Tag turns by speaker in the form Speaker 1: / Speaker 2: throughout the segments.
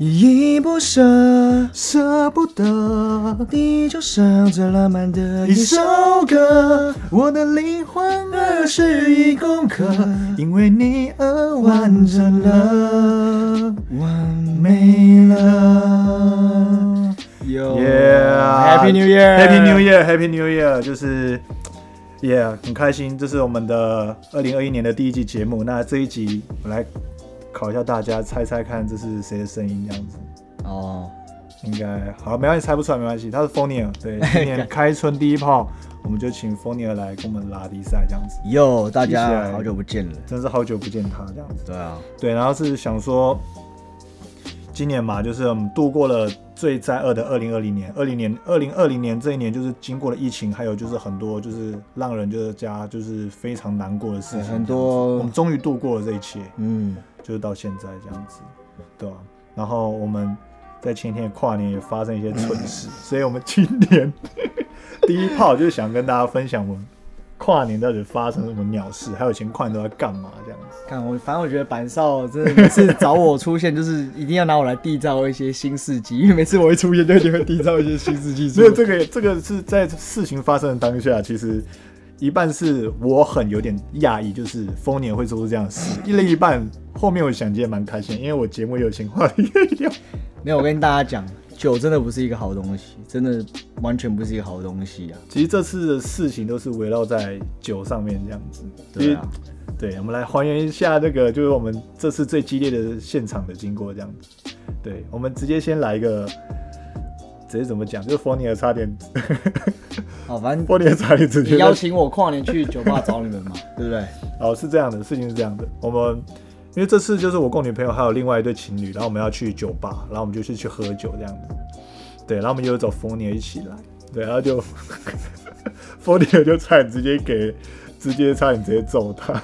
Speaker 1: 依依不舍，
Speaker 2: 舍不得
Speaker 1: 地球上最浪漫的
Speaker 2: 一
Speaker 1: 一首
Speaker 2: 首歌
Speaker 1: 歌，，
Speaker 2: 我的灵魂
Speaker 1: 二
Speaker 2: 二
Speaker 1: 十
Speaker 2: 十
Speaker 1: 一
Speaker 2: 一
Speaker 1: 公
Speaker 2: 公
Speaker 1: 克
Speaker 2: 克，因为你而完整了，
Speaker 1: 完
Speaker 2: 没
Speaker 1: 美了。
Speaker 2: 了。
Speaker 1: Yo,
Speaker 2: Yeah，Happy
Speaker 1: Happy New Year,
Speaker 2: Happy New Year，Happy New Year，就是，Yeah，很开心，这是我们的二零二一年的第一集节目。那这一集我来考一下大家，猜猜看这是谁的声音？这样子，
Speaker 1: 哦，
Speaker 2: 应该好，没关系，猜不出来没关系。他是 Fonier，对， 今年开春第一炮，我们就请 Fonier 来跟我们拉力赛这样子。
Speaker 1: 哟，大
Speaker 2: 谢谢
Speaker 1: 家好久不见了。
Speaker 2: 真是好久不见他这样子，
Speaker 1: 对啊，
Speaker 2: 对，然后是想说，今年嘛，就是我们度过了最灾厄的二零二零年，二零年二零二零年这一年，就是经过了疫情，还有就是很多就是让人就是家就是非常难过的事情，
Speaker 1: 很
Speaker 2: 我
Speaker 1: 多
Speaker 2: 们，终于度过了这一切，
Speaker 1: 嗯，
Speaker 2: 就是到现在这样子，对吧、然后我们在前天跨年也发生一些 蠢事，所以我们今年第一炮就是想跟大家分享我们跨年到底发生什么鸟事，还有以前跨年都在干嘛这样子。
Speaker 1: 看我，反正我觉得板少真的每次找我出现，就是一定要拿我来缔造一些新事迹，因为每次我一出现就一定会缔造一些新事迹出
Speaker 2: 没
Speaker 1: 来。
Speaker 2: 有这个，这个是在事情发生的当下，其实一半是我很有点讶异，就是丰年会做出这样的事；另一半后面我想其实也蛮开心，因为我节 目也有情话可以聊。
Speaker 1: 没有，我跟大家讲，酒真的不是一个好东西，真的完全不是一个好东西啊。
Speaker 2: 其实这次的事情都是围绕在酒上面这样子。
Speaker 1: 对啊，
Speaker 2: 对，我们来还原一下那个，就是我们这次最激烈的现场的经过这样子。对，我们直接先来一个，直接怎么讲？就是丰年差 点，
Speaker 1: 好，反正
Speaker 2: 丰年差点直接
Speaker 1: 你邀请我跨年去酒吧找你们嘛，对不对？
Speaker 2: 哦，是这样的，事情是这样的，我们因为这次就是我跟我女朋友还有另外一对情侣，然后我们要去酒吧，然后我们就是去喝酒这样子，对，然后我们有找冯尼一起来，对，然后就 冯尼就差点直接给，直接差点直接揍他，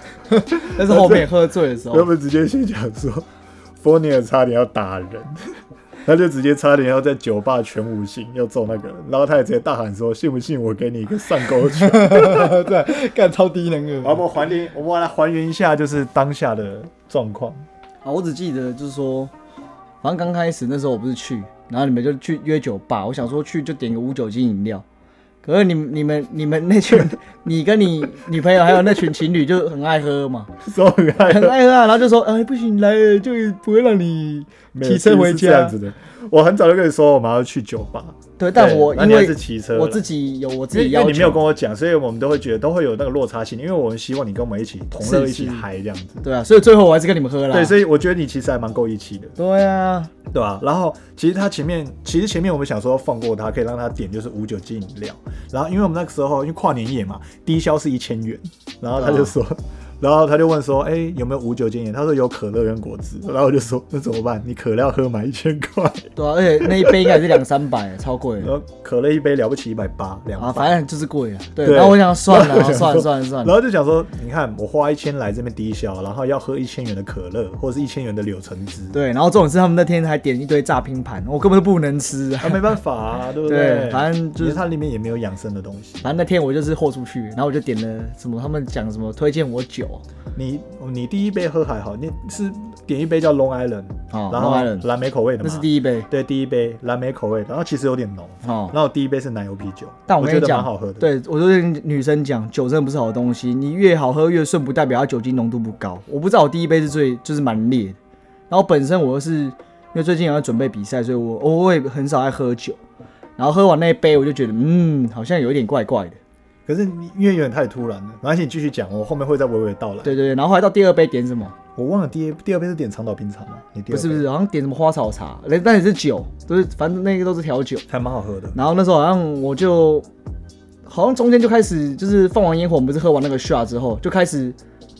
Speaker 1: 但是后面喝醉的时
Speaker 2: 他
Speaker 1: 候，
Speaker 2: 们直接先讲说 冯尼差点要打人。 他就直接差点要在酒吧全武行，要揍那个人，然后他也直接大喊说：“信不信我给你一个上勾拳？”
Speaker 1: 对，干超低能
Speaker 2: 好，我
Speaker 1: 的。
Speaker 2: 们还原，我们来还原一下，就是当下的状 况。
Speaker 1: 好，我只记得就是说，反正刚开始那时候我不是去，然后你们就去约酒吧，我想说去就点个无酒精饮料。可是你们、你们、你们那群， 你跟你女朋友还有那群情侣就很爱 喝嘛，
Speaker 2: 说很爱
Speaker 1: 很爱喝啊，然后就说，哎，不行，来了就不会让你
Speaker 2: 没有
Speaker 1: 骑车回
Speaker 2: 其实是这样
Speaker 1: 家
Speaker 2: 子。的。我很早就跟你说我们要去酒吧，
Speaker 1: 对，但
Speaker 2: 对
Speaker 1: 我
Speaker 2: 那
Speaker 1: 因
Speaker 2: 你还
Speaker 1: 为
Speaker 2: 是骑车啦，
Speaker 1: 我自己有我
Speaker 2: 因
Speaker 1: 自
Speaker 2: 为
Speaker 1: 己
Speaker 2: 因为
Speaker 1: 要
Speaker 2: 你没有
Speaker 1: 求，
Speaker 2: 跟我讲，所以我们都会觉得都会有那个落差性，因为我们希望你跟我们一起同乐，
Speaker 1: 是
Speaker 2: 一起
Speaker 1: 是
Speaker 2: 嗨这样子。
Speaker 1: 对啊，所以最后我还是跟你们喝了。
Speaker 2: 对，所以我觉得你其实还蛮够义气的，
Speaker 1: 对啊，
Speaker 2: 对吧、然后其实他前面，其实前面我们想说放过他，可以让他点就是无酒精饮料。然后因为我们那个时候因为跨年夜嘛，低消是一千元，然后他就
Speaker 1: 嗯
Speaker 2: 说， 然后他就问说，哎、有没有无酒精饮料？他说有可乐跟果汁。然后我就说那怎么办？你可乐要喝满一千 块。
Speaker 1: 对啊，而且那一杯应该也是两三百，超贵
Speaker 2: 然后可乐一杯了不起一百八两
Speaker 1: 啊，
Speaker 2: 百，
Speaker 1: 反正就是贵啊。对，
Speaker 2: 对
Speaker 1: 然后我想算 了，
Speaker 2: 然后我想
Speaker 1: 算
Speaker 2: 说
Speaker 1: 了算了算
Speaker 2: 然
Speaker 1: 了，
Speaker 2: 后就想说，你看我花一千来这边低消，然后要喝一千元的可乐或者是一千元的柳橙汁，
Speaker 1: 对，然后重点是他们那天还点一堆炸拼盘，我根本就不能吃 啊。
Speaker 2: 啊没办法啊，对不
Speaker 1: 对，反正就
Speaker 2: 就是
Speaker 1: 是，
Speaker 2: 它里面也没有养生的东西。
Speaker 1: 反正那天我就是豁出去，然后我就点了什么，他们讲什么推荐我酒，
Speaker 2: 你你第一杯喝还好，你是点一杯叫 Long Island，、
Speaker 1: 哦
Speaker 2: 然后
Speaker 1: Long Island
Speaker 2: 蓝莓口味的嘛，
Speaker 1: 那是第一杯。
Speaker 2: 对第一杯蓝莓口味的，然后其实有点浓，
Speaker 1: 哦，
Speaker 2: 然后第一杯是奶油啤酒，
Speaker 1: 但
Speaker 2: 我
Speaker 1: 我跟
Speaker 2: 觉
Speaker 1: 你
Speaker 2: 得蛮
Speaker 1: 讲
Speaker 2: 好喝，的。
Speaker 1: 对我就跟女生讲，酒真的不是好东西，你越好喝越顺，不代表它酒精浓度不高。我不知道我第一杯是最就是蛮烈的，然后本身我又是因为最近也要准备比赛，所以我我也很少爱喝酒。然后喝完那一杯，我就觉得嗯，好像有一点怪怪的。
Speaker 2: 可是你因为有点太突然了，没关系，你继续讲，我后面会再娓娓道来。
Speaker 1: 对对对，然后后来到第二杯点什么？
Speaker 2: 我忘了第一第二杯是点长岛冰茶吗？你第
Speaker 1: 不
Speaker 2: 二
Speaker 1: 是不
Speaker 2: 杯
Speaker 1: 是，好像点什么花草茶，那但也是酒，都是反正那个都是调酒。
Speaker 2: 还蛮好喝的。
Speaker 1: 然后那时候好像我就，好像中间就开始就是放完烟火，我们不是喝完那个 shot 之后，就开始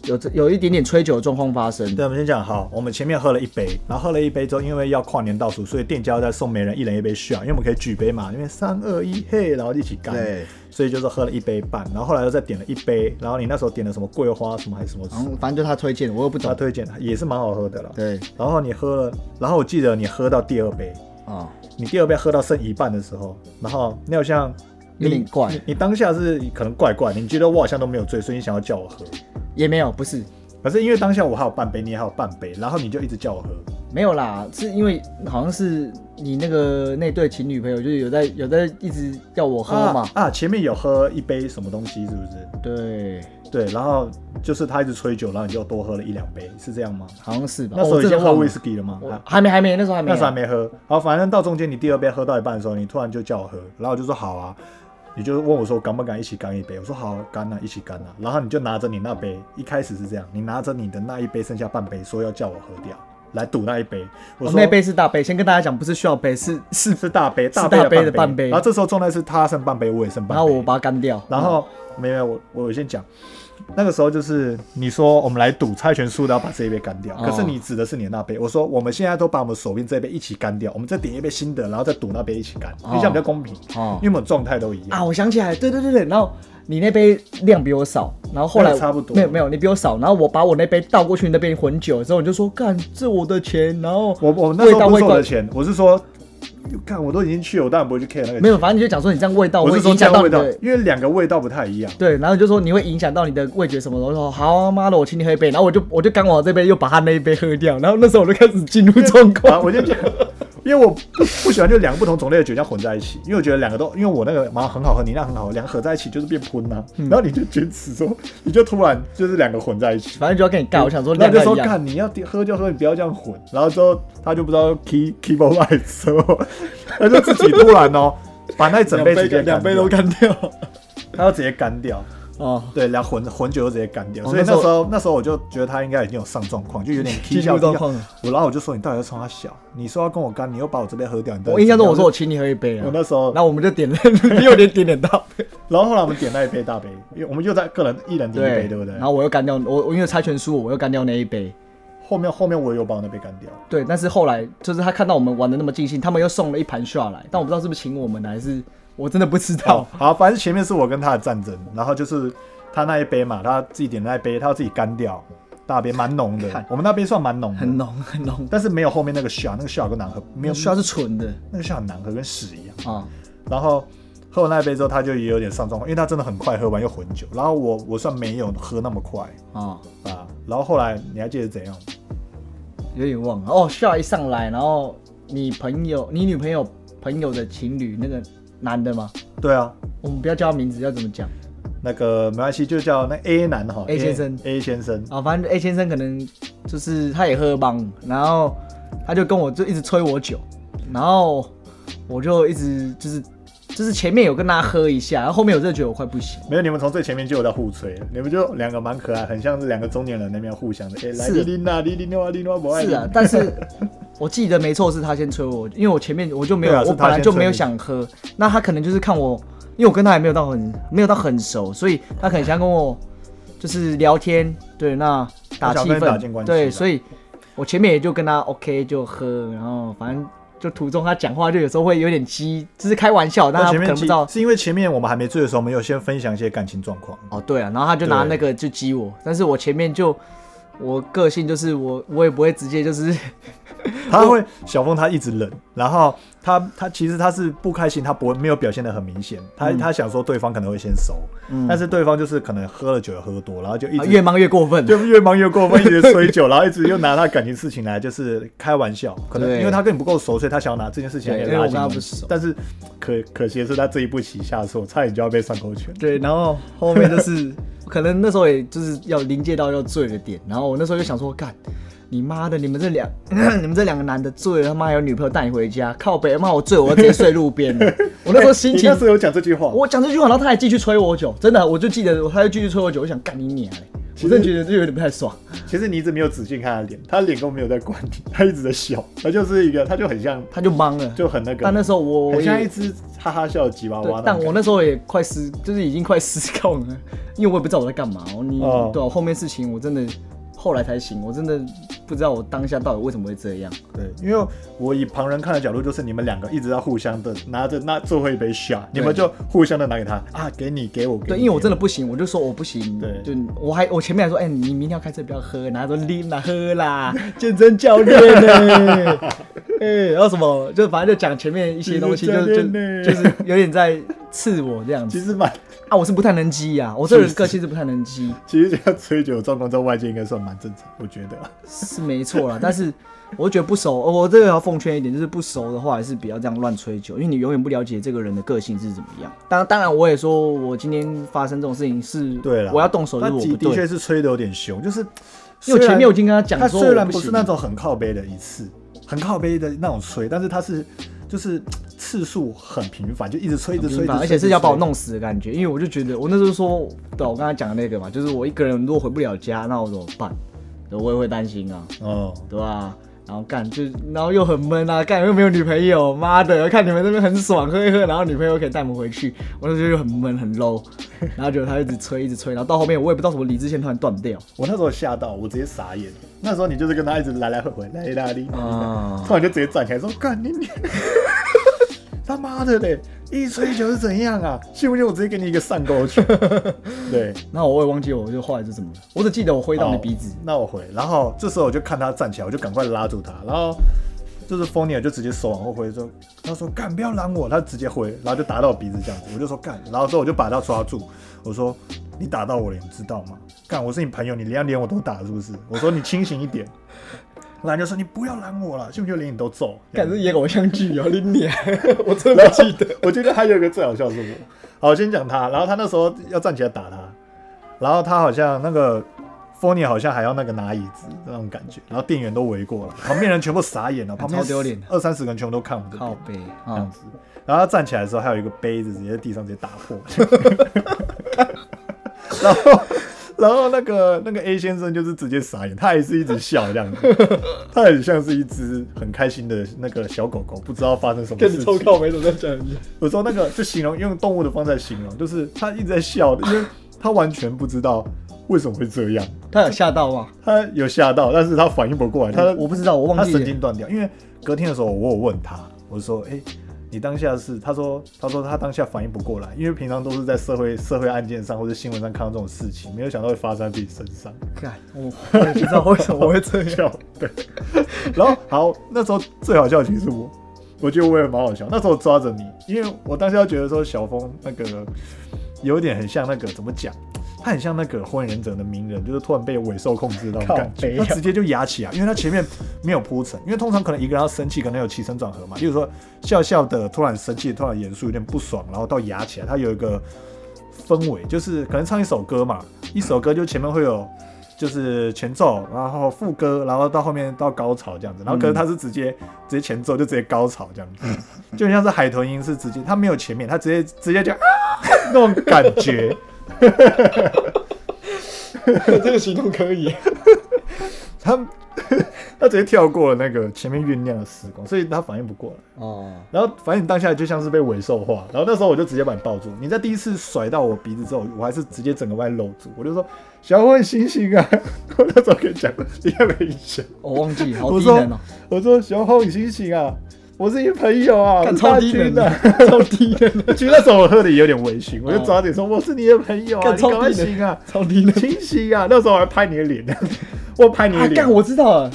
Speaker 1: 有有一点点吹酒的状况发生。
Speaker 2: 对，我们先讲好，我们前面喝了一杯，然后喝了一杯之后，因为要跨年倒数，所以店家在送每人一人一杯 shot，因为我们可以举杯嘛，因为三二一嘿，然后一起干，
Speaker 1: 对，
Speaker 2: 所以就是喝了一杯半，然后后来又再点了一杯，然后你那时候点了什么桂花什么还是什么，
Speaker 1: 然后反正就他推荐的，我又不
Speaker 2: 他
Speaker 1: 懂。
Speaker 2: 推荐也是蛮好喝的啦。
Speaker 1: 对
Speaker 2: 然后你喝了，然后我记得你喝到第二杯，
Speaker 1: 啊，
Speaker 2: 你第二杯喝到剩一半的时候，然后你好像
Speaker 1: 有点怪
Speaker 2: 你，你当下是可能怪怪，你觉得我好像都没有醉，所以你想要叫我喝，
Speaker 1: 也没有，不是，
Speaker 2: 可是因为当下我还有半杯，你也还有半杯，然后你就一直叫我喝，
Speaker 1: 没有啦，是因为好像是你那个那对情侣朋友，就是有在有在一直要我喝嘛，
Speaker 2: 啊啊，前面有喝一杯什么东西，是不是？
Speaker 1: 对，
Speaker 2: 对，然后就是他一直吹酒，然后你就多喝了一两杯，是这样吗？
Speaker 1: 好像是吧。哦
Speaker 2: 那时候
Speaker 1: 我
Speaker 2: 已
Speaker 1: 真的
Speaker 2: 经喝
Speaker 1: 忘了
Speaker 2: 威士忌了吗？
Speaker 1: 我
Speaker 2: 啊
Speaker 1: 还没还没，那时候还没啊，
Speaker 2: 那时候还没喝。然后反正到中间你第二杯喝到一半的时候，你突然就叫我喝，然后我就说好啊，你就问我说敢不敢一起干一杯？我说好，干啊，一起干啊。然后你就拿着你那杯，一开始是这样，你拿着你的那一杯剩下半杯，说要叫我喝掉，来赌那一杯。我说、
Speaker 1: 哦
Speaker 2: 哦
Speaker 1: 那杯是大杯，先跟大家讲，不是需要杯，是是，
Speaker 2: 是大杯，
Speaker 1: 是
Speaker 2: 杯
Speaker 1: 大杯的
Speaker 2: 的
Speaker 1: 半杯
Speaker 2: 然后这时候状态是他剩半杯，我也剩半杯。
Speaker 1: 然后我把它干掉，
Speaker 2: 然后没有，我我先讲，那个时候就是你说我们来赌猜拳输的要把这一杯干掉，
Speaker 1: 哦
Speaker 2: 可是你指的是你的那杯，我说我们现在都把我们手边这一杯一起干掉，我们再点一杯新的，然后再赌那杯一起干，
Speaker 1: 哦
Speaker 2: 这样比较公平，
Speaker 1: 哦
Speaker 2: 因为我们状态都一样。
Speaker 1: 啊，我想起来了，对对对对，然后你那杯量比我少，然后后来
Speaker 2: 那个差不多
Speaker 1: 没有没有，你比我少，然后我把我那杯倒过去，你那杯混酒之后，你就说干这我的钱，然后
Speaker 2: 我我那时
Speaker 1: 味
Speaker 2: 候
Speaker 1: 道
Speaker 2: 不是
Speaker 1: 会
Speaker 2: 我
Speaker 1: 怪
Speaker 2: 的钱，我是说，看我都已经去了，我当然不会去 care 那个
Speaker 1: 没
Speaker 2: 钱。
Speaker 1: 有，反正你就讲说你这样味道
Speaker 2: 我
Speaker 1: 会
Speaker 2: 是说
Speaker 1: 影
Speaker 2: 这
Speaker 1: 响
Speaker 2: 样
Speaker 1: 到
Speaker 2: 味
Speaker 1: 你
Speaker 2: 道
Speaker 1: 的，。
Speaker 2: 因为两个味道不太一样。
Speaker 1: 对，然后你就说你会影响到你的味觉什么的，我说好啊妈的，我请你喝一杯，然后我就我就刚往这杯又把他那一杯喝掉，然后那时候我就开始进入状
Speaker 2: 啊，
Speaker 1: 况，
Speaker 2: 我就讲，因为我不不喜欢就两个不同种类的酒这样混在一起，因为我觉得两个都，因为我那个麻辣很好喝，你那很好喝，两个合在一起就是变喷呐、
Speaker 1: 嗯
Speaker 2: 然后你就坚持说，你就突然就是两个混在一起。
Speaker 1: 反正就要跟你干，我想说
Speaker 2: 然
Speaker 1: 量
Speaker 2: 后就
Speaker 1: 要
Speaker 2: 说
Speaker 1: 一样，
Speaker 2: 看你要喝就喝，你不要这样混。然后之后他就不知道 key keyboard l i g 什么， 他就自己突然哦，把那一整杯直接干掉，
Speaker 1: 干掉，
Speaker 2: 他要直接干掉。
Speaker 1: 哦，
Speaker 2: 对，然后混混酒就直接干掉，
Speaker 1: 哦
Speaker 2: 所以那
Speaker 1: 那时候
Speaker 2: 时候那时候我就觉得他应该已经有上状况，就有点踢
Speaker 1: 进
Speaker 2: 笑
Speaker 1: 入状况了。
Speaker 2: 我然后我就说你到底要冲他小？你说要跟我干，你又把我这杯喝掉，你到底
Speaker 1: 我印象中我说我
Speaker 2: 怎
Speaker 1: 请你喝一杯
Speaker 2: 么
Speaker 1: 啊
Speaker 2: 样我，那时候
Speaker 1: 然，后我们就点了 六点点 点到，
Speaker 2: 然后后来我们点那一杯大杯，因为我们又在个人一人点一杯，对不对
Speaker 1: 然？后我又干掉我，我因为猜拳输，我又干掉那一杯。
Speaker 2: 后面后面我也有把我那杯干掉，
Speaker 1: 对，但是后来就是他看到我们玩的那么尽兴，他们又送了一盘下来，但我不知道是不是请我们的，还是我真的不知道
Speaker 2: 好。，好，反正前面是我跟他的战争，然后就是他那一杯嘛，他自己点的那一杯，他要自己干掉，大杯蛮浓的
Speaker 1: 看，
Speaker 2: 我们那杯算蛮浓
Speaker 1: 很
Speaker 2: 的，
Speaker 1: 浓很 浓，
Speaker 2: 但是没有后面那个小，那个小更难喝，没有
Speaker 1: 需要是纯的
Speaker 2: 那个小很难喝，跟屎一样。
Speaker 1: 啊，
Speaker 2: 然后喝完那一杯之后，他就也有点上状况，因为他真的很快喝完又混酒。然后我我算没有喝那么快
Speaker 1: 啊，
Speaker 2: 啊。然后后来你还记得怎样？
Speaker 1: 有点忘了。哦，下一上来，然后你朋友，你女朋友朋友的情侣那个男的吗？
Speaker 2: 对啊，
Speaker 1: 我们不要叫他名字，要怎么讲
Speaker 2: 那个没关系，就叫那 A 男哈
Speaker 1: A 先生
Speaker 2: ，A 先生。
Speaker 1: 啊？反正 A 先生可能就是他也喝帮，然后他就跟我就一直催我酒，然后我就一直就是就是前面有跟他喝一下，然后后面我真的觉得我快不行。
Speaker 2: 没有，你们从最前面就有在互吹，你们就两个蛮可爱，很像是两个中年人那边互相的，哎、来
Speaker 1: 是
Speaker 2: 你琳娜，你琳娜，琳娜不爱
Speaker 1: 是
Speaker 2: 你
Speaker 1: 啊，，但是我记得没错，是他先催我，因为我前面我就没有，
Speaker 2: 对啊
Speaker 1: 我
Speaker 2: 是他
Speaker 1: 本来
Speaker 2: 先
Speaker 1: 就
Speaker 2: 催
Speaker 1: 没有
Speaker 2: 你
Speaker 1: 想喝，那他可能就是看我，因为我跟他还没有到很没有到很熟，所以他可能想跟我就是聊天，对，那打
Speaker 2: 他想
Speaker 1: 气
Speaker 2: 跟你打进
Speaker 1: 氛，
Speaker 2: 关系
Speaker 1: 对，
Speaker 2: 啦
Speaker 1: 所以我前面也就跟他 OK 就喝，然后反正就途中他讲话就有时候会有点激，就是开玩笑，但
Speaker 2: 那
Speaker 1: 他
Speaker 2: 前
Speaker 1: 可能
Speaker 2: 面
Speaker 1: 不知道
Speaker 2: 其是因为前面我们还没醉的时候，我们有先分享一些感情状况，
Speaker 1: 哦，对啊，然后他就拿
Speaker 2: 对
Speaker 1: 那个就激我，但是我前面就我个性就是我我也不会直接就是。
Speaker 2: 他会小峰他一直冷，然后他他其实他是不开心，他不会没有表现的很明显，
Speaker 1: 嗯
Speaker 2: 他、他想说对方可能会先熟，但是对方就是可能喝了酒也喝多，然后就一
Speaker 1: 啊
Speaker 2: 直、
Speaker 1: 越忙越过 分，
Speaker 2: 就越忙越过分，一直吹酒，然后一直又拿他感情事情来就是开玩笑，可能
Speaker 1: 对
Speaker 2: 因为他跟你不够熟，所以他想要拿这件事情来
Speaker 1: 对
Speaker 2: 给
Speaker 1: 因为
Speaker 2: 拉
Speaker 1: 我跟
Speaker 2: 近
Speaker 1: 他
Speaker 2: 关
Speaker 1: 不
Speaker 2: 系
Speaker 1: 熟
Speaker 2: 但是可可惜的是他这一步棋下错，差点就要被上勾拳。
Speaker 1: 对，然后后面就是可能那时候也就是要临界到要醉的点，然后我那时候就想说，干你妈的，你们这两 你们这两个男的醉了，他妈有女朋友带你回家，靠北妈我醉，我要直接睡路边了。我那时候心
Speaker 2: 你
Speaker 1: 情
Speaker 2: 那，时候有讲这句话，
Speaker 1: 我讲这句话，然后他还继续催我酒，真的，我就记得他就继续催我酒，我想干你娘嘞！我真的觉得这有点不太爽，
Speaker 2: 其实你一直没有仔细看他的脸，他脸都没有在管你，他一直在笑，他就是一个他就很像
Speaker 1: 他就懵了。
Speaker 2: 就很那个，
Speaker 1: 但那时候我我
Speaker 2: 很
Speaker 1: 也
Speaker 2: 像一只哈哈笑的吉娃
Speaker 1: 对
Speaker 2: 娃，那
Speaker 1: 但
Speaker 2: 种
Speaker 1: 我
Speaker 2: 感觉。
Speaker 1: 那时候也快失，就是已经快失控了， 因为我也不知道我在干嘛。我你、
Speaker 2: 哦
Speaker 1: 对、啊、后面事情我真的后来才醒，我真的不知道我当下到底为什么会这样。
Speaker 2: 对，因为我以旁人看的角度，就是你们两个一直在互相的拿着那最后一杯 shot，你们就互相的拿给他啊，给你，给我，给
Speaker 1: 对，
Speaker 2: 你
Speaker 1: 因为我真
Speaker 2: 的
Speaker 1: 的不行，我就说我不行。
Speaker 2: 对
Speaker 1: 就我还我前面还说，哎、你明天要开车不要喝，然后他说你哪喝 啦，健身教练呢、哎、然后什么，就反正就讲前面一些东西，就就
Speaker 2: 健身教练
Speaker 1: 就
Speaker 2: 呢
Speaker 1: 是有点在刺我这 样
Speaker 2: 其
Speaker 1: 子
Speaker 2: 实蛮，
Speaker 1: 啊！我是不太能激呀、我这个人个性是不太能激，
Speaker 2: 其实这样吹酒的状况在外界应该算蛮正常，我觉 得。
Speaker 1: 是没错啦。但是我觉得不熟，哦我这个要奉劝一点，就是不熟的话还是不要这样乱吹酒，因为你永远不了解这个人的个性是怎么样。当当然，我也说我今天发生这种事情是，
Speaker 2: 对了，
Speaker 1: 我要动手是
Speaker 2: 但
Speaker 1: 我
Speaker 2: 的
Speaker 1: 不
Speaker 2: 的
Speaker 1: 对
Speaker 2: 确，是吹的有点凶，就是
Speaker 1: 因为我
Speaker 2: 虽然
Speaker 1: 前面我已经跟他讲
Speaker 2: 他
Speaker 1: 说，
Speaker 2: 虽然不是那，种很靠背的一次，很靠背的那种吹，但是他是就是次数很频繁，就一直吹，一直吹，一直吹
Speaker 1: 而且是要把我。
Speaker 2: 一直吹
Speaker 1: 弄死的感觉，因为我就觉得我那时候说，对啊我刚才讲的那个嘛，就是我一个人如果回不了家，那我怎么办？对我也会担心啊。
Speaker 2: 哦，
Speaker 1: 对吧、然后干就，然后又很闷啊，干又没有女朋友，妈的，看你们那边很爽，喝一喝，然后女朋友可以带我们回去，我那时候就很闷很 low，然 后结果他一直吹一直吹，然后到后面我也不知道什么理智线突然断掉，
Speaker 2: 我那时候吓到，我直接傻眼。那时候你就是跟他一直来来回回，来来里，
Speaker 1: 啊
Speaker 2: 突然就直接站起来说：“干你你， 他妈的嘞！一吹球是怎样啊？信不信我直接给你一个上勾拳？”对，
Speaker 1: 然后我也忘记我就后来是怎么了，我只记得我挥到你鼻 子
Speaker 2: 好，那我回。然后这时候我就看他站起来，我就赶快拉住他，然后就是风尼尔就直接手往后挥，说他说干不要拦我，他直接挥，然后就打到我鼻子这样子，我就说干，然后之后我就把他抓住，我说你打到我了，你知道吗？干我是你朋友，你连连我都打是不是？我说你清醒一点。然后就说你不要拦我了，信不信我连你都揍？
Speaker 1: 干这是演偶像剧哦，你 娘，我真的不记得，
Speaker 2: 我觉得还有一个最好笑的是我，好，我先讲他，然后他那时候要站起来打他，然后他好像那个 f o n y 好像还要那个拿椅子那种感觉，然后店员都围过了，旁边人全部傻 眼了，旁边
Speaker 1: 超丢脸的
Speaker 2: 二三十个人全部都看我们这
Speaker 1: 靠
Speaker 2: 边
Speaker 1: 背
Speaker 2: 这样
Speaker 1: 啊，
Speaker 2: 子，然后他站起来的时候还有一个杯子直接在地上直接打破， 然后。然后那个那个 A 先生就是直接傻眼，他也是一直笑这样子，他很像是一只很开心的那个小狗狗，不知道发生什么事
Speaker 1: 跟
Speaker 2: 情。
Speaker 1: 你臭靠没怎么在讲一样，
Speaker 2: 有时候那个就形容用动物的方式来形容，就是他一直在笑，因为他完全不知道为什么会这样，
Speaker 1: 他有吓到吗？
Speaker 2: 他有吓到，但是他反应不过来，他
Speaker 1: 我不知道，我
Speaker 2: 他
Speaker 1: 忘记
Speaker 2: 神
Speaker 1: 了，
Speaker 2: 经断掉。因为隔天的时候，我有问他，我就说：“哎、你当下是？”他说：“他说他当下反应不过来，因为平常都是在社会社会案件上或者新闻上看到这种事情，没有想到会发生在自己身上。”
Speaker 1: 干我我也不知道为什么我会这样，
Speaker 2: 笑，对。然后好，那时候最好笑的其实是我，我觉得我也蛮好笑。那时候抓着你，因为我当时觉得说小峰那个有点很像那个怎么讲，他很像那个火影忍者的鸣人，就是突然被尾兽控制那种感
Speaker 1: 靠
Speaker 2: 觉，
Speaker 1: 北
Speaker 2: 他
Speaker 1: 啊
Speaker 2: 直接就压起来，因为他前面没有铺陈，因为通常可能一个人要生气，可能有起承转合嘛，例如说笑笑的突然生气，突然严肃，有点不爽，然后到压起来，他有一个。氛围，就是可能唱一首歌嘛，一首歌就前面会有就是前奏，然后副歌，然后到后面到高潮这样子，然后可是他是直接、直接前奏就直接高潮这样子，就很像是海豚音是直接他没有前面，他直接直接就啊那种感 觉，
Speaker 1: 这个行动可以，
Speaker 2: 他 他直接跳过了那个前面酝酿的时光，所以他反应不过来。
Speaker 1: 哦，
Speaker 2: 然后反正你当下就像是被尾兽化，然后那时候我就直接把你抱住。你在第一次甩到我鼻子之后，我还是直接整个外露住，我就说小慧醒醒啊！ 我那时候跟你讲，你还没印象？
Speaker 1: 我忘记，好
Speaker 2: 我
Speaker 1: 低
Speaker 2: 说
Speaker 1: 能哦。
Speaker 2: 我说小慧你醒醒啊！我是你朋友啊，我
Speaker 1: 干
Speaker 2: 是
Speaker 1: 超
Speaker 2: 大
Speaker 1: 低
Speaker 2: 军
Speaker 1: 能
Speaker 2: 的。
Speaker 1: 的，超低能的，哦
Speaker 2: 其实那时候我喝的也有点微醺，我就抓你说我是你的朋友啊，
Speaker 1: 干
Speaker 2: 你赶
Speaker 1: 超
Speaker 2: 快
Speaker 1: 低
Speaker 2: 醒啊，
Speaker 1: 超低能。
Speaker 2: 清醒啊！那时候我还拍你的脸，我拍你的
Speaker 1: 啊，
Speaker 2: 脸
Speaker 1: 干，，我知道了，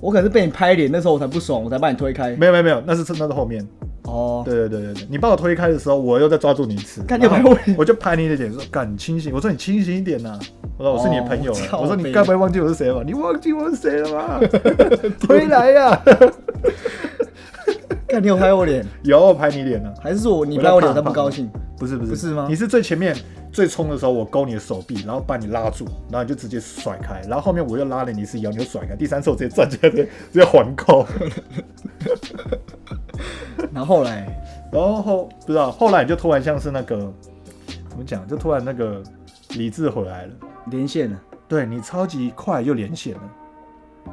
Speaker 1: 我可能是被你拍脸，那时候我才不爽，我才把你推开。
Speaker 2: 没有没有没有，那是那是后面。
Speaker 1: 哦，
Speaker 2: 对对对对对，你把我推开的时候，我又在抓住你一次，
Speaker 1: 干你
Speaker 2: 然
Speaker 1: 还
Speaker 2: 后
Speaker 1: 会
Speaker 2: 我就拍你的脸说：“干，你清醒！”我说：“你清醒一点呐、我说：“我是你的朋友、
Speaker 1: 哦
Speaker 2: 欸。
Speaker 1: 靠
Speaker 2: 我说：“你
Speaker 1: 北
Speaker 2: 该不会忘记我是谁了吧？你忘记我是谁了 吗？回来啊呀、
Speaker 1: 干，你有拍我脸，
Speaker 2: 有我拍你脸呢、
Speaker 1: 还是说我你拍我脸，我才不高兴？
Speaker 2: 不是不是
Speaker 1: 不是吗
Speaker 2: 你是最前面最冲的时候，我勾你的手臂，然后把你拉住，然后你就直接甩开，然后后面我又拉了你一次，然后你又甩开，第三次我直接站起来，直接直接环扣。
Speaker 1: 然后后来，
Speaker 2: 然后后不知道后来你就突然像是那个怎么讲，就突然那个理智回来了。”
Speaker 1: 连线了
Speaker 2: 对你超级快就连线了，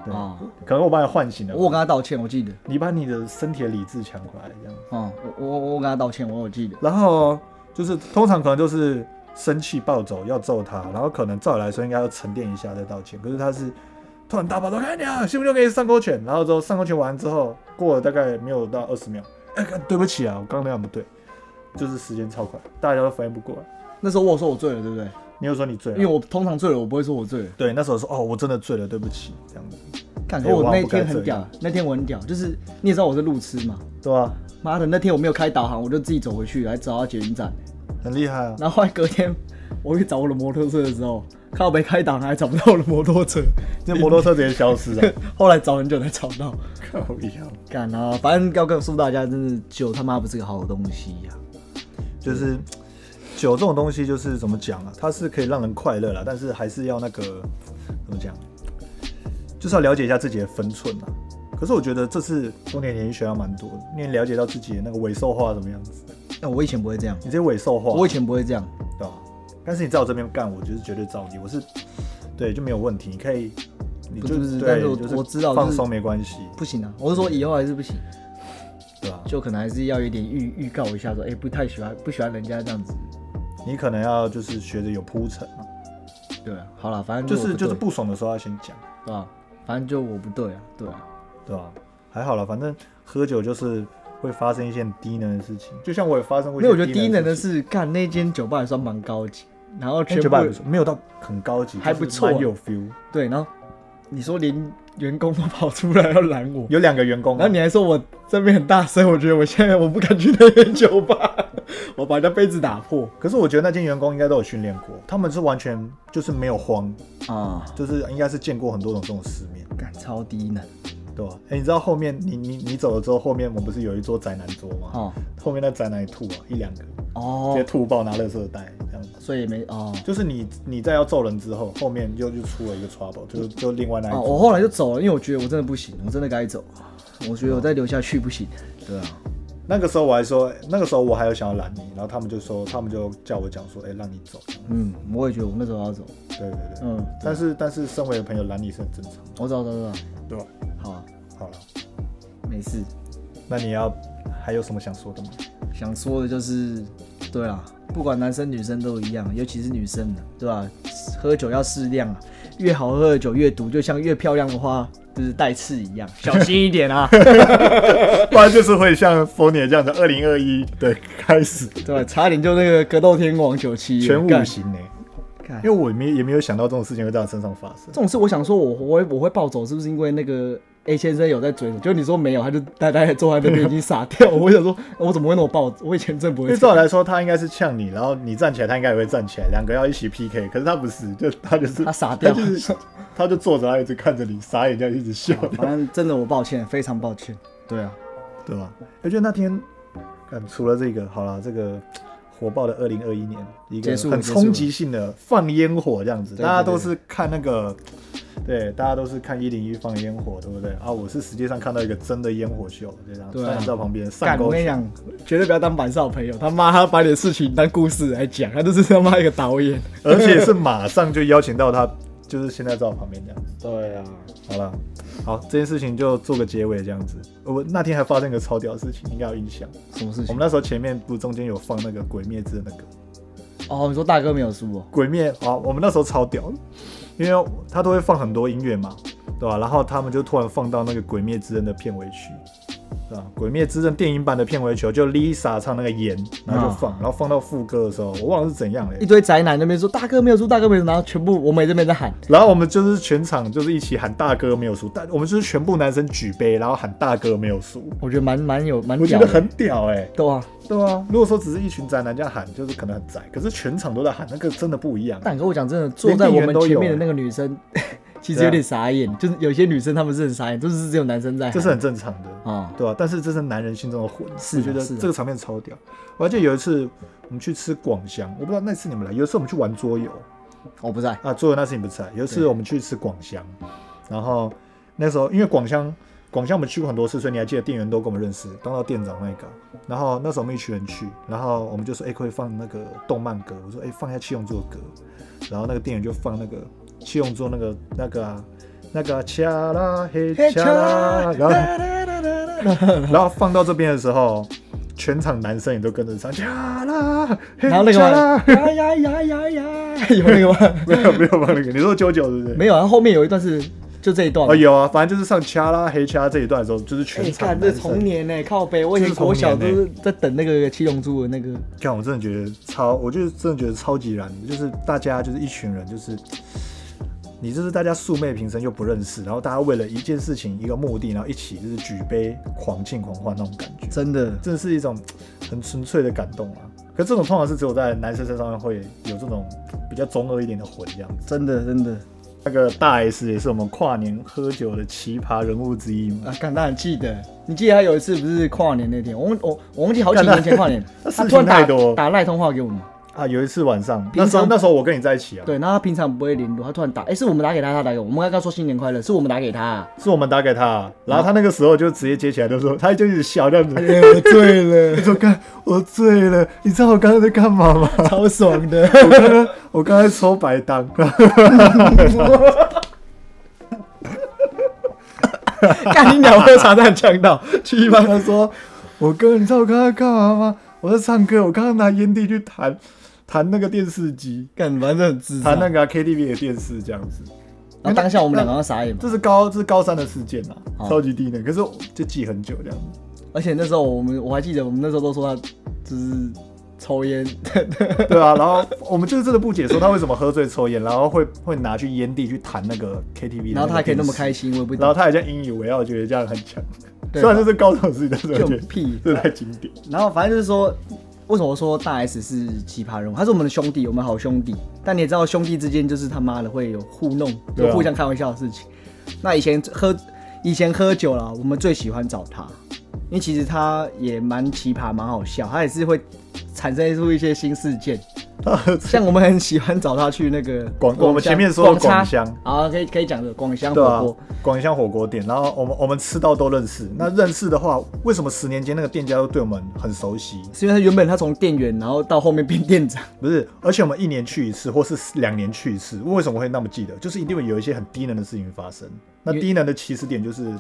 Speaker 2: 对，
Speaker 1: 啊，
Speaker 2: 可能我把你唤醒了，
Speaker 1: 我有跟他道歉，我记得。
Speaker 2: 你把你的身体的理智抢回来这样。
Speaker 1: 哦，我我我跟他道歉，我有记得。
Speaker 2: 然后就是通常可能就是生气暴走要揍他，然后可能照理来说应该要沉淀一下再道歉，可是他是突然大暴走，看你啊，信不信我给你上勾拳？然后之后上勾拳完之后，过了大概没有到二十秒，哎、干对不起啊，我刚刚那样不对，就是时间超快，大家都反应不过来。
Speaker 1: 那时候我有说我醉了，对不对？
Speaker 2: 你又说你醉
Speaker 1: 因为
Speaker 2: 了，
Speaker 1: 我通常醉了，我不会说我醉了。
Speaker 2: 对，那时候说哦，我真的醉了，对不起，这样子。
Speaker 1: 干干，
Speaker 2: 哎
Speaker 1: 可我
Speaker 2: 哇
Speaker 1: 那
Speaker 2: 不该
Speaker 1: 天很
Speaker 2: 这样
Speaker 1: 屌，那天我很屌，就是你也知道我是路痴嘛，
Speaker 2: 对吧、啊？
Speaker 1: 妈的，那天我没有开导航，我就自己走回去，还找到捷运站。
Speaker 2: 很厉害啊！
Speaker 1: 然后后来隔天我去找我的摩托车的时候，靠没开档还找不到我的摩托车，
Speaker 2: 那摩托车直接消失啊 了，
Speaker 1: 后来找很久才找到。
Speaker 2: 靠腰。
Speaker 1: 干啊，反正要告诉大家，真的酒他妈不是个好东西呀、
Speaker 2: 就是酒这种东西，就是怎么讲啊？它是可以让人快乐啦，但是还是要那个怎么讲，就是要了解一下自己的分寸啊。可是我觉得这次中年联谊学到蛮多的，你也了解到自己的那个伪兽化怎么样子。
Speaker 1: 那我以前不会这样，
Speaker 2: 你这些伪兽化，
Speaker 1: 我以前不会这样。
Speaker 2: 对吧？但是你在我这边干，我就是绝对照你，我是对就没有问题。你可以，你就
Speaker 1: 不是不是
Speaker 2: 对，
Speaker 1: 但是我
Speaker 2: 就是
Speaker 1: 我知道
Speaker 2: 放
Speaker 1: 就是
Speaker 2: 松没关系，
Speaker 1: 不行啊！我是说以后还是不行，
Speaker 2: 对吧？
Speaker 1: 就可能还是要有点预预告一下说，哎、不太喜欢，不喜欢人家这样子。
Speaker 2: 你可能要就是学着有铺陈啊，
Speaker 1: 对啊，好了，反正
Speaker 2: 就是
Speaker 1: 我
Speaker 2: 就是
Speaker 1: 对
Speaker 2: 不爽的时候要先讲。
Speaker 1: 对吧、反正就我不对啊，对啊，
Speaker 2: 对啊，还好了，反正喝酒就是会发生一些很低能的事情，就像我也发生过一些
Speaker 1: 没有，我觉得低
Speaker 2: 低
Speaker 1: 能
Speaker 2: 能
Speaker 1: 的
Speaker 2: 事
Speaker 1: 是，干那间酒吧还算蛮高级，然后
Speaker 2: 情，
Speaker 1: 全
Speaker 2: 酒
Speaker 1: 部
Speaker 2: 吧也不错没有到很高级，
Speaker 1: 还
Speaker 2: 就是
Speaker 1: 不错啊
Speaker 2: 蛮有 feel。
Speaker 1: 对，然后你说连员工都跑出来要拦我，
Speaker 2: 有两个员工
Speaker 1: 然
Speaker 2: 啊，
Speaker 1: 后你还说我这边很大声，我觉得我现在我不敢去那间酒吧， 我把人家杯子打破
Speaker 2: 可是我觉得那些员工应该都有训练过，他们是完全就是没有慌，
Speaker 1: 啊，
Speaker 2: 就是应该是见过很多种这种世面，
Speaker 1: 干超低能
Speaker 2: 对吧、哎、你知道后面你你你走了之后，后面我们不是有一桌宅男桌吗？
Speaker 1: 哦
Speaker 2: 后面那宅男也吐啊，一两个直接
Speaker 1: 哦，
Speaker 2: 吐爆拿垃圾袋这样子。
Speaker 1: 所以没哦
Speaker 2: 就是你，你在要揍人之后，后面又又出了一个 trouble，就就另外那一
Speaker 1: 哦，
Speaker 2: 桌
Speaker 1: 我后来就走了，因为我觉得我真的不行，我真的该走了，我觉得我再留下去不行，对啊，
Speaker 2: 那个时候我还说，那个时候我还有想要拦你，然后他们就说，他们就叫我讲说，哎、让你走。
Speaker 1: 嗯，我也觉得我那时候要走，
Speaker 2: 对对对。
Speaker 1: 嗯，
Speaker 2: 但是但是，身为朋友拦你是很正常的，
Speaker 1: 我走走走，
Speaker 2: 对吧？
Speaker 1: 好啊，
Speaker 2: 好了，
Speaker 1: 没事，
Speaker 2: 那你要还有什么想说的吗？
Speaker 1: 想说的就是，对啦，不管男生女生都一样，尤其是女生的，对吧？喝酒要适量啊，越好喝的酒越毒，就像越漂亮的花就是带刺一 样，小心一点啊，
Speaker 2: 不然就是会像 f o n i 这样的二零二一的开始
Speaker 1: 对吧？差点就那个格斗天王九七
Speaker 2: 全五
Speaker 1: 干
Speaker 2: 行呢、
Speaker 1: 干
Speaker 2: 因为我没也没有想到这种事情会在我身上发生
Speaker 1: 这。种事，我想说我我会我会暴走，是不是因为那个 A 先生有在追我？就你说没有，他就呆呆地坐在那边已经傻掉。我想说，我怎么会那么暴走？我以前真不
Speaker 2: 因
Speaker 1: 会
Speaker 2: 为
Speaker 1: 这
Speaker 2: 照理
Speaker 1: 样。
Speaker 2: 来说，他应该是呛你，然后你站起来，他应该也会站起来，两个要一起 PK。可是他不是，就他就是
Speaker 1: 他傻掉
Speaker 2: 他就是他就坐着，他一直看着你，傻眼，这样一直笑。
Speaker 1: 反正真的我抱歉，非常抱歉。对啊，
Speaker 2: 对吧？哎我觉得那天，嗯，除了这个，好了，这个火爆的二零二一年，一个
Speaker 1: 结束了
Speaker 2: 很冲击性的放烟火这样子，
Speaker 1: 对
Speaker 2: 大家
Speaker 1: 对
Speaker 2: 都
Speaker 1: 对
Speaker 2: 是看那个，对，大家都是看一零一放烟火，对不对？啊，我是实际上看到一个真的烟火秀，就这样，
Speaker 1: 对啊
Speaker 2: 站在旁边上
Speaker 1: 干，我
Speaker 2: 钩
Speaker 1: 跟你
Speaker 2: 拳，
Speaker 1: 讲，绝对不要当板少朋友，他妈他把你的事情当故事来讲，他就是他妈一个导演。
Speaker 2: 而且是马上就邀请到他，就是现在在我旁边这样子。
Speaker 1: 对啊，
Speaker 2: 好了，好，这件事情就做个结尾这样子。我那天还发生一个超屌的事情，应该有印象。
Speaker 1: 什么事
Speaker 2: 我
Speaker 1: 情
Speaker 2: 们？那时候前面不是中间有放那个《鬼灭之》那个。
Speaker 1: 哦，你说大哥没有输哦？
Speaker 2: 鬼灭啊，我们那时候超屌的，因为他都会放很多音乐嘛，对吧、然后他们就突然放到那个《鬼灭之刃》的片尾曲，对吧、鬼灭之刃》电影版的片尾曲就 Lisa 唱那个盐，然后就
Speaker 1: 啊
Speaker 2: 放，然后放到副歌的时候，我忘了是怎样嘞、
Speaker 1: 一堆宅男那边说大哥没有输，大哥没有输，然后全部我们这边在喊，
Speaker 2: 然后我们就是全场就是一起喊大哥没有输，但我们就是全部男生举杯，然后喊大哥没有输，
Speaker 1: 我觉得蛮蛮有蛮
Speaker 2: 我觉
Speaker 1: 屌
Speaker 2: 得
Speaker 1: 的，
Speaker 2: 很屌哎、
Speaker 1: 对啊。
Speaker 2: 对啊，如果说只是一群宅男这样喊，就是可能很宅，可是全场都在喊，那个真的不一样。
Speaker 1: 但跟我讲真的，坐在我们前
Speaker 2: 哎
Speaker 1: 面的那个女生， 其
Speaker 2: 啊
Speaker 1: 实有点傻眼，就是有些女生她们是很傻眼，就是只有男生在喊，
Speaker 2: 这是很正常的
Speaker 1: 啊
Speaker 2: 对吧、但是这是男人心中的魂，
Speaker 1: 是啊
Speaker 2: 我觉得
Speaker 1: 是啊
Speaker 2: 这个场面超屌。我还记得有一次我们去吃广香，我不知道那次你们来，有一次我们去玩桌游
Speaker 1: 我不在，
Speaker 2: 啊，桌游那次你不在，有一次
Speaker 1: 对
Speaker 2: 我们去吃广香，然后那时候因为广香。广香我们去过很多次，所以你还记得店员都跟我们认识，当到店长那个。然后那时候我们一群人去，然后我们就说，哎、可以放那个动漫歌，我说，哎、放一下七龙珠的歌。然后那个店员就放那个七龙珠那个那个啊那个啊恰啦嘿恰啦，然后然后放到这边的时候，全场男生也都跟着唱，呀啦，嘿
Speaker 1: 然后那个
Speaker 2: 呀啦
Speaker 1: 嘛， 呀呀呀呀呀， 有那个吗？
Speaker 2: 没有没有放那个，你说九九对不对？
Speaker 1: 没有，然后后面有一段是就这一段
Speaker 2: 哦，，有啊，反正就是上掐啦黑掐这一段的时候，就是全
Speaker 1: 哎，
Speaker 2: 场
Speaker 1: 看
Speaker 2: 男
Speaker 1: 这
Speaker 2: 生。
Speaker 1: 童年呢，靠背，我以前国小都是欸在等那个七龙珠的那个，
Speaker 2: 看，我真的觉得超，我就是真的觉得超级燃，就是大家就是一群人，就是你这是大家素昧平生又不认识，然后大家为了一件事情一个目的，然后一起就是举杯狂庆狂欢那种感觉，
Speaker 1: 真的
Speaker 2: 真的是一种很纯粹的感动啊。可这种通常是只有在男生身上面会有这种比较中二一点的魂这样子。
Speaker 1: 真的真的
Speaker 2: 那个大 S 也是我们跨年喝酒的奇葩人物之一嘛。
Speaker 1: 啊！干，当然记得，你记得他有一次不是跨年那天，我忘我我忘记好几
Speaker 2: 干他，
Speaker 1: 年前跨 年
Speaker 2: 他事
Speaker 1: 他
Speaker 2: 情
Speaker 1: 突然打
Speaker 2: 太多
Speaker 1: 打赖通话给我们，
Speaker 2: 啊，有一次晚上，
Speaker 1: 平
Speaker 2: 那时候
Speaker 1: 常
Speaker 2: 那时候我跟你在一起啊，，
Speaker 1: 对，然后他平常不会联络，他突然打，哎、是我们打给他，他打给我，我们刚刚说新年快乐，是我们打给他、啊
Speaker 2: 是我们打给他，啊然后他那个时候就直接接起来，就说嗯他就一直笑这样子，
Speaker 1: 哎我醉了，
Speaker 2: 说干我醉了，你知道我刚才在干嘛吗？
Speaker 1: 超爽的，
Speaker 2: 我刚刚我刚才抽白单，
Speaker 1: 干你鸟喝茶蛋呛 到，
Speaker 2: 去一般他说我哥，你知道我刚才干嘛吗？我在唱歌，我刚刚拿烟蒂去弹弹那个电视机，
Speaker 1: 干反正很智
Speaker 2: 弹
Speaker 1: 障。
Speaker 2: 那个啊 KTV 的电视这样子。
Speaker 1: 然后当下我们两个好像傻眼嘛，
Speaker 2: 这是高这是高三的事件啊，
Speaker 1: 哦
Speaker 2: 超级低能，可是我就记很久这样子。
Speaker 1: 而且那时候我们我还记得，我们那时候都说他就是抽 烟，
Speaker 2: 对啊，然后我们就是真的不解说他为什么喝醉抽烟，然后会会拿去烟蒂去弹那个 KTV，的
Speaker 1: 然后他还可以那么
Speaker 2: 电视
Speaker 1: 开心，我也不
Speaker 2: 然
Speaker 1: 懂
Speaker 2: 后，他好像引以为傲，觉得这样很强。虽
Speaker 1: 对
Speaker 2: 然这是高中自己的时候，
Speaker 1: 就
Speaker 2: 觉得
Speaker 1: 屁
Speaker 2: 这太经 典。
Speaker 1: 然后反正就是说，为什么说大 S 是奇葩人物？他是我们的兄弟，我们好兄弟。但你也知道，兄弟之间就是他妈的会有互弄，
Speaker 2: 对啊
Speaker 1: 有互相开玩笑的事情。那以前喝，以前喝酒了，我们最喜欢找他，因为其实他也蛮奇葩，蛮好笑，他也是会产生出一些新 事件。
Speaker 2: 然后
Speaker 1: 像我们很喜欢找他去那个
Speaker 2: 广
Speaker 1: 香
Speaker 2: 我们前面说的
Speaker 1: 叉
Speaker 2: 广香
Speaker 1: 啊，可以可以讲的广香
Speaker 2: 对
Speaker 1: 火
Speaker 2: 啊
Speaker 1: 锅，，
Speaker 2: 广香火锅店，然后我们我们吃到都认识。那认识的话，为什么十年间那个店家都对我们很熟悉？
Speaker 1: 是因为他原本他从店员，然后到后面变店长，
Speaker 2: 不是，而且我们一年去一次，或是两年去一次，为什么会那么记得？就是一定会有一些很低能的事情发生。那
Speaker 1: 因为
Speaker 2: 低能的起始点就是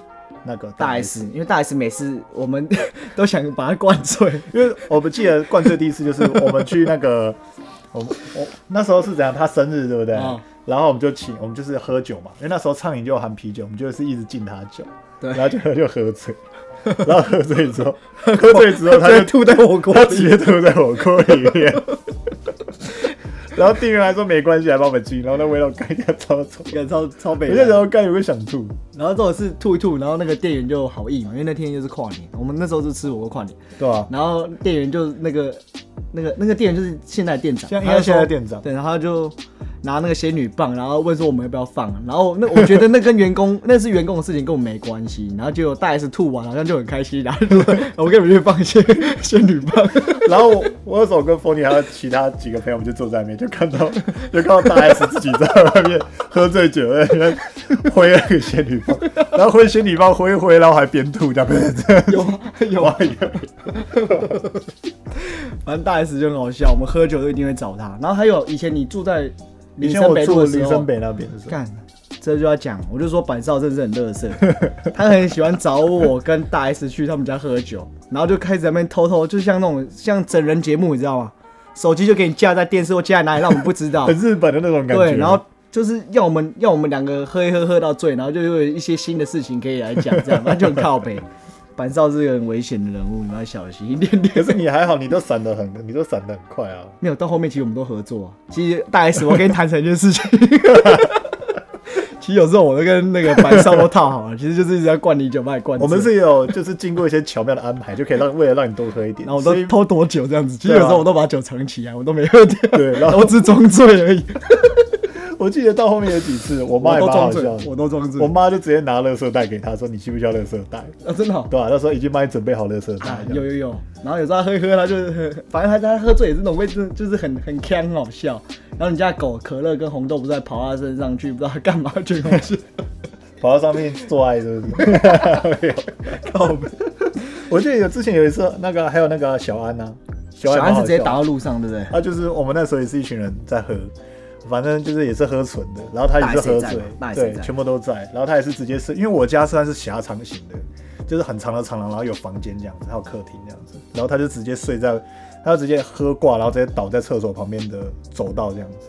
Speaker 2: 那个
Speaker 1: 大 S，因为大 S 每次我们 都想把他灌醉。
Speaker 2: 因为我们记得灌醉第一次就是我们去那个， 我我那时候是怎样？他生日对不对？
Speaker 1: 嗯
Speaker 2: 然后我们就请我们就是喝酒嘛，因为那时候畅饮就有含啤酒，我们就是一直敬他酒，
Speaker 1: 对
Speaker 2: 然后就就喝醉， 然后喝醉之后， 喝醉之后他就
Speaker 1: 吐在火锅
Speaker 2: 他直接吐在火锅里面， 然后店员还说没关系，还帮我们敬，然后那味道干一下超 臭，
Speaker 1: 干超超
Speaker 2: 我
Speaker 1: 北
Speaker 2: 就
Speaker 1: 蓝
Speaker 2: 想说干有没有想吐？
Speaker 1: 然后这种是吐一吐，然后那个店员就好意嘛，因为那天就是跨年，我们那时候就吃火锅跨年，
Speaker 2: 对吧、啊？
Speaker 1: 然后店员就那个那个那个店员就是现在的店长，
Speaker 2: 像应
Speaker 1: 他
Speaker 2: 该
Speaker 1: 就
Speaker 2: 现
Speaker 1: 说
Speaker 2: 在店长
Speaker 1: 对，然后他就拿那个仙女棒，然后问说我们要不要放，然后那我觉得那跟员工 那是员工的事情，跟我没关系，然后结果大 S 吐完好像就很开心，然后就说 我给你们去放仙 仙女棒，
Speaker 2: 然后我我那时候跟风尼还有其他几个朋友，我们就坐在那边，就看到 就看到大 S 自己在外面喝醉酒，在那边挥那个仙女棒，然后挥仙女棒挥一挥，然后还边吐这样子。
Speaker 1: 有啊 有啊，反正大 S 就很好笑，我们喝酒都一定会找他，然后还有以前你住在
Speaker 2: 以
Speaker 1: 林
Speaker 2: 前
Speaker 1: 森
Speaker 2: 我
Speaker 1: 北
Speaker 2: 住
Speaker 1: 路的时
Speaker 2: 林
Speaker 1: 候
Speaker 2: 森。北那边的时候，
Speaker 1: 干，这就要讲，我就说板少真是很乐色，他很喜欢找我跟大 S 去他们家喝酒，然后就开始在那边偷偷，就像那种像整人节目，你知道吗？手机就给你架在电视或架在哪里，让我们不知道
Speaker 2: 很。日本的那种感觉。
Speaker 1: 对，然后就是要我们要我们两个喝一喝喝到醉，然后就有一些新的事情可以来讲，这样反正就很靠北。板少是个很危险的人物，你们要小心一点
Speaker 2: 可
Speaker 1: 点。
Speaker 2: 是你还好，你都闪得很，你都闪得很快啊。
Speaker 1: 没有，到后面其实我们都合作、啊。其实大 S，我跟你谈成一件事情， 其实有时候我都跟那个白少都套好了，其实就是一直在灌你酒，把你灌醉
Speaker 2: 我们，是有就是经过一些巧妙的安排，就可以让为了让你多喝一点。
Speaker 1: 然后我
Speaker 2: 所
Speaker 1: 都
Speaker 2: 以
Speaker 1: 偷躲酒这样子。其实
Speaker 2: 对啊
Speaker 1: 有时候我都把酒藏起来，我都没喝掉，
Speaker 2: 对，然后
Speaker 1: 我只装醉而已。
Speaker 2: 我记得到后面有几次，我妈
Speaker 1: 我
Speaker 2: 也
Speaker 1: 都
Speaker 2: 蛮
Speaker 1: 装
Speaker 2: 好
Speaker 1: 醉
Speaker 2: 笑，，
Speaker 1: 我都装醉。
Speaker 2: 我妈就直接拿垃圾袋给她，说你需不需要垃圾袋？
Speaker 1: 啊，真的 哦、
Speaker 2: 对啊，那时候已经帮你准备好垃圾
Speaker 1: 啊
Speaker 2: 袋，，
Speaker 1: 有有有，然后有时候他喝一喝，他就是很，反正他他喝醉也是那种味，就是就是很很呛，很好笑。然后你家狗可乐跟红豆不是在跑到他身上去，不知道他干嘛， 就很好笑。
Speaker 2: 跑到上面做爱是 不是？
Speaker 1: 靠北
Speaker 2: 我记得有之前有一次，那个还有那个小安呐、啊，小
Speaker 1: 小
Speaker 2: 安蛮
Speaker 1: 安是
Speaker 2: 好
Speaker 1: 直接
Speaker 2: 笑
Speaker 1: 打到路上，对不对？
Speaker 2: 他就是我们那时候也是一群人在喝，反正就是也是喝纯的，然后他也是喝
Speaker 1: 大 S 也在嘛大
Speaker 2: 醉，
Speaker 1: S 也
Speaker 2: 对，
Speaker 1: 在
Speaker 2: 全部都在。然后他也是直接是因为我家虽然是狭长型的，就是很长的长廊，然后有房间这样子，还有客厅这样子，然后他就直接睡在，他就直接喝挂，然后直接倒在厕所旁边的走道这样子。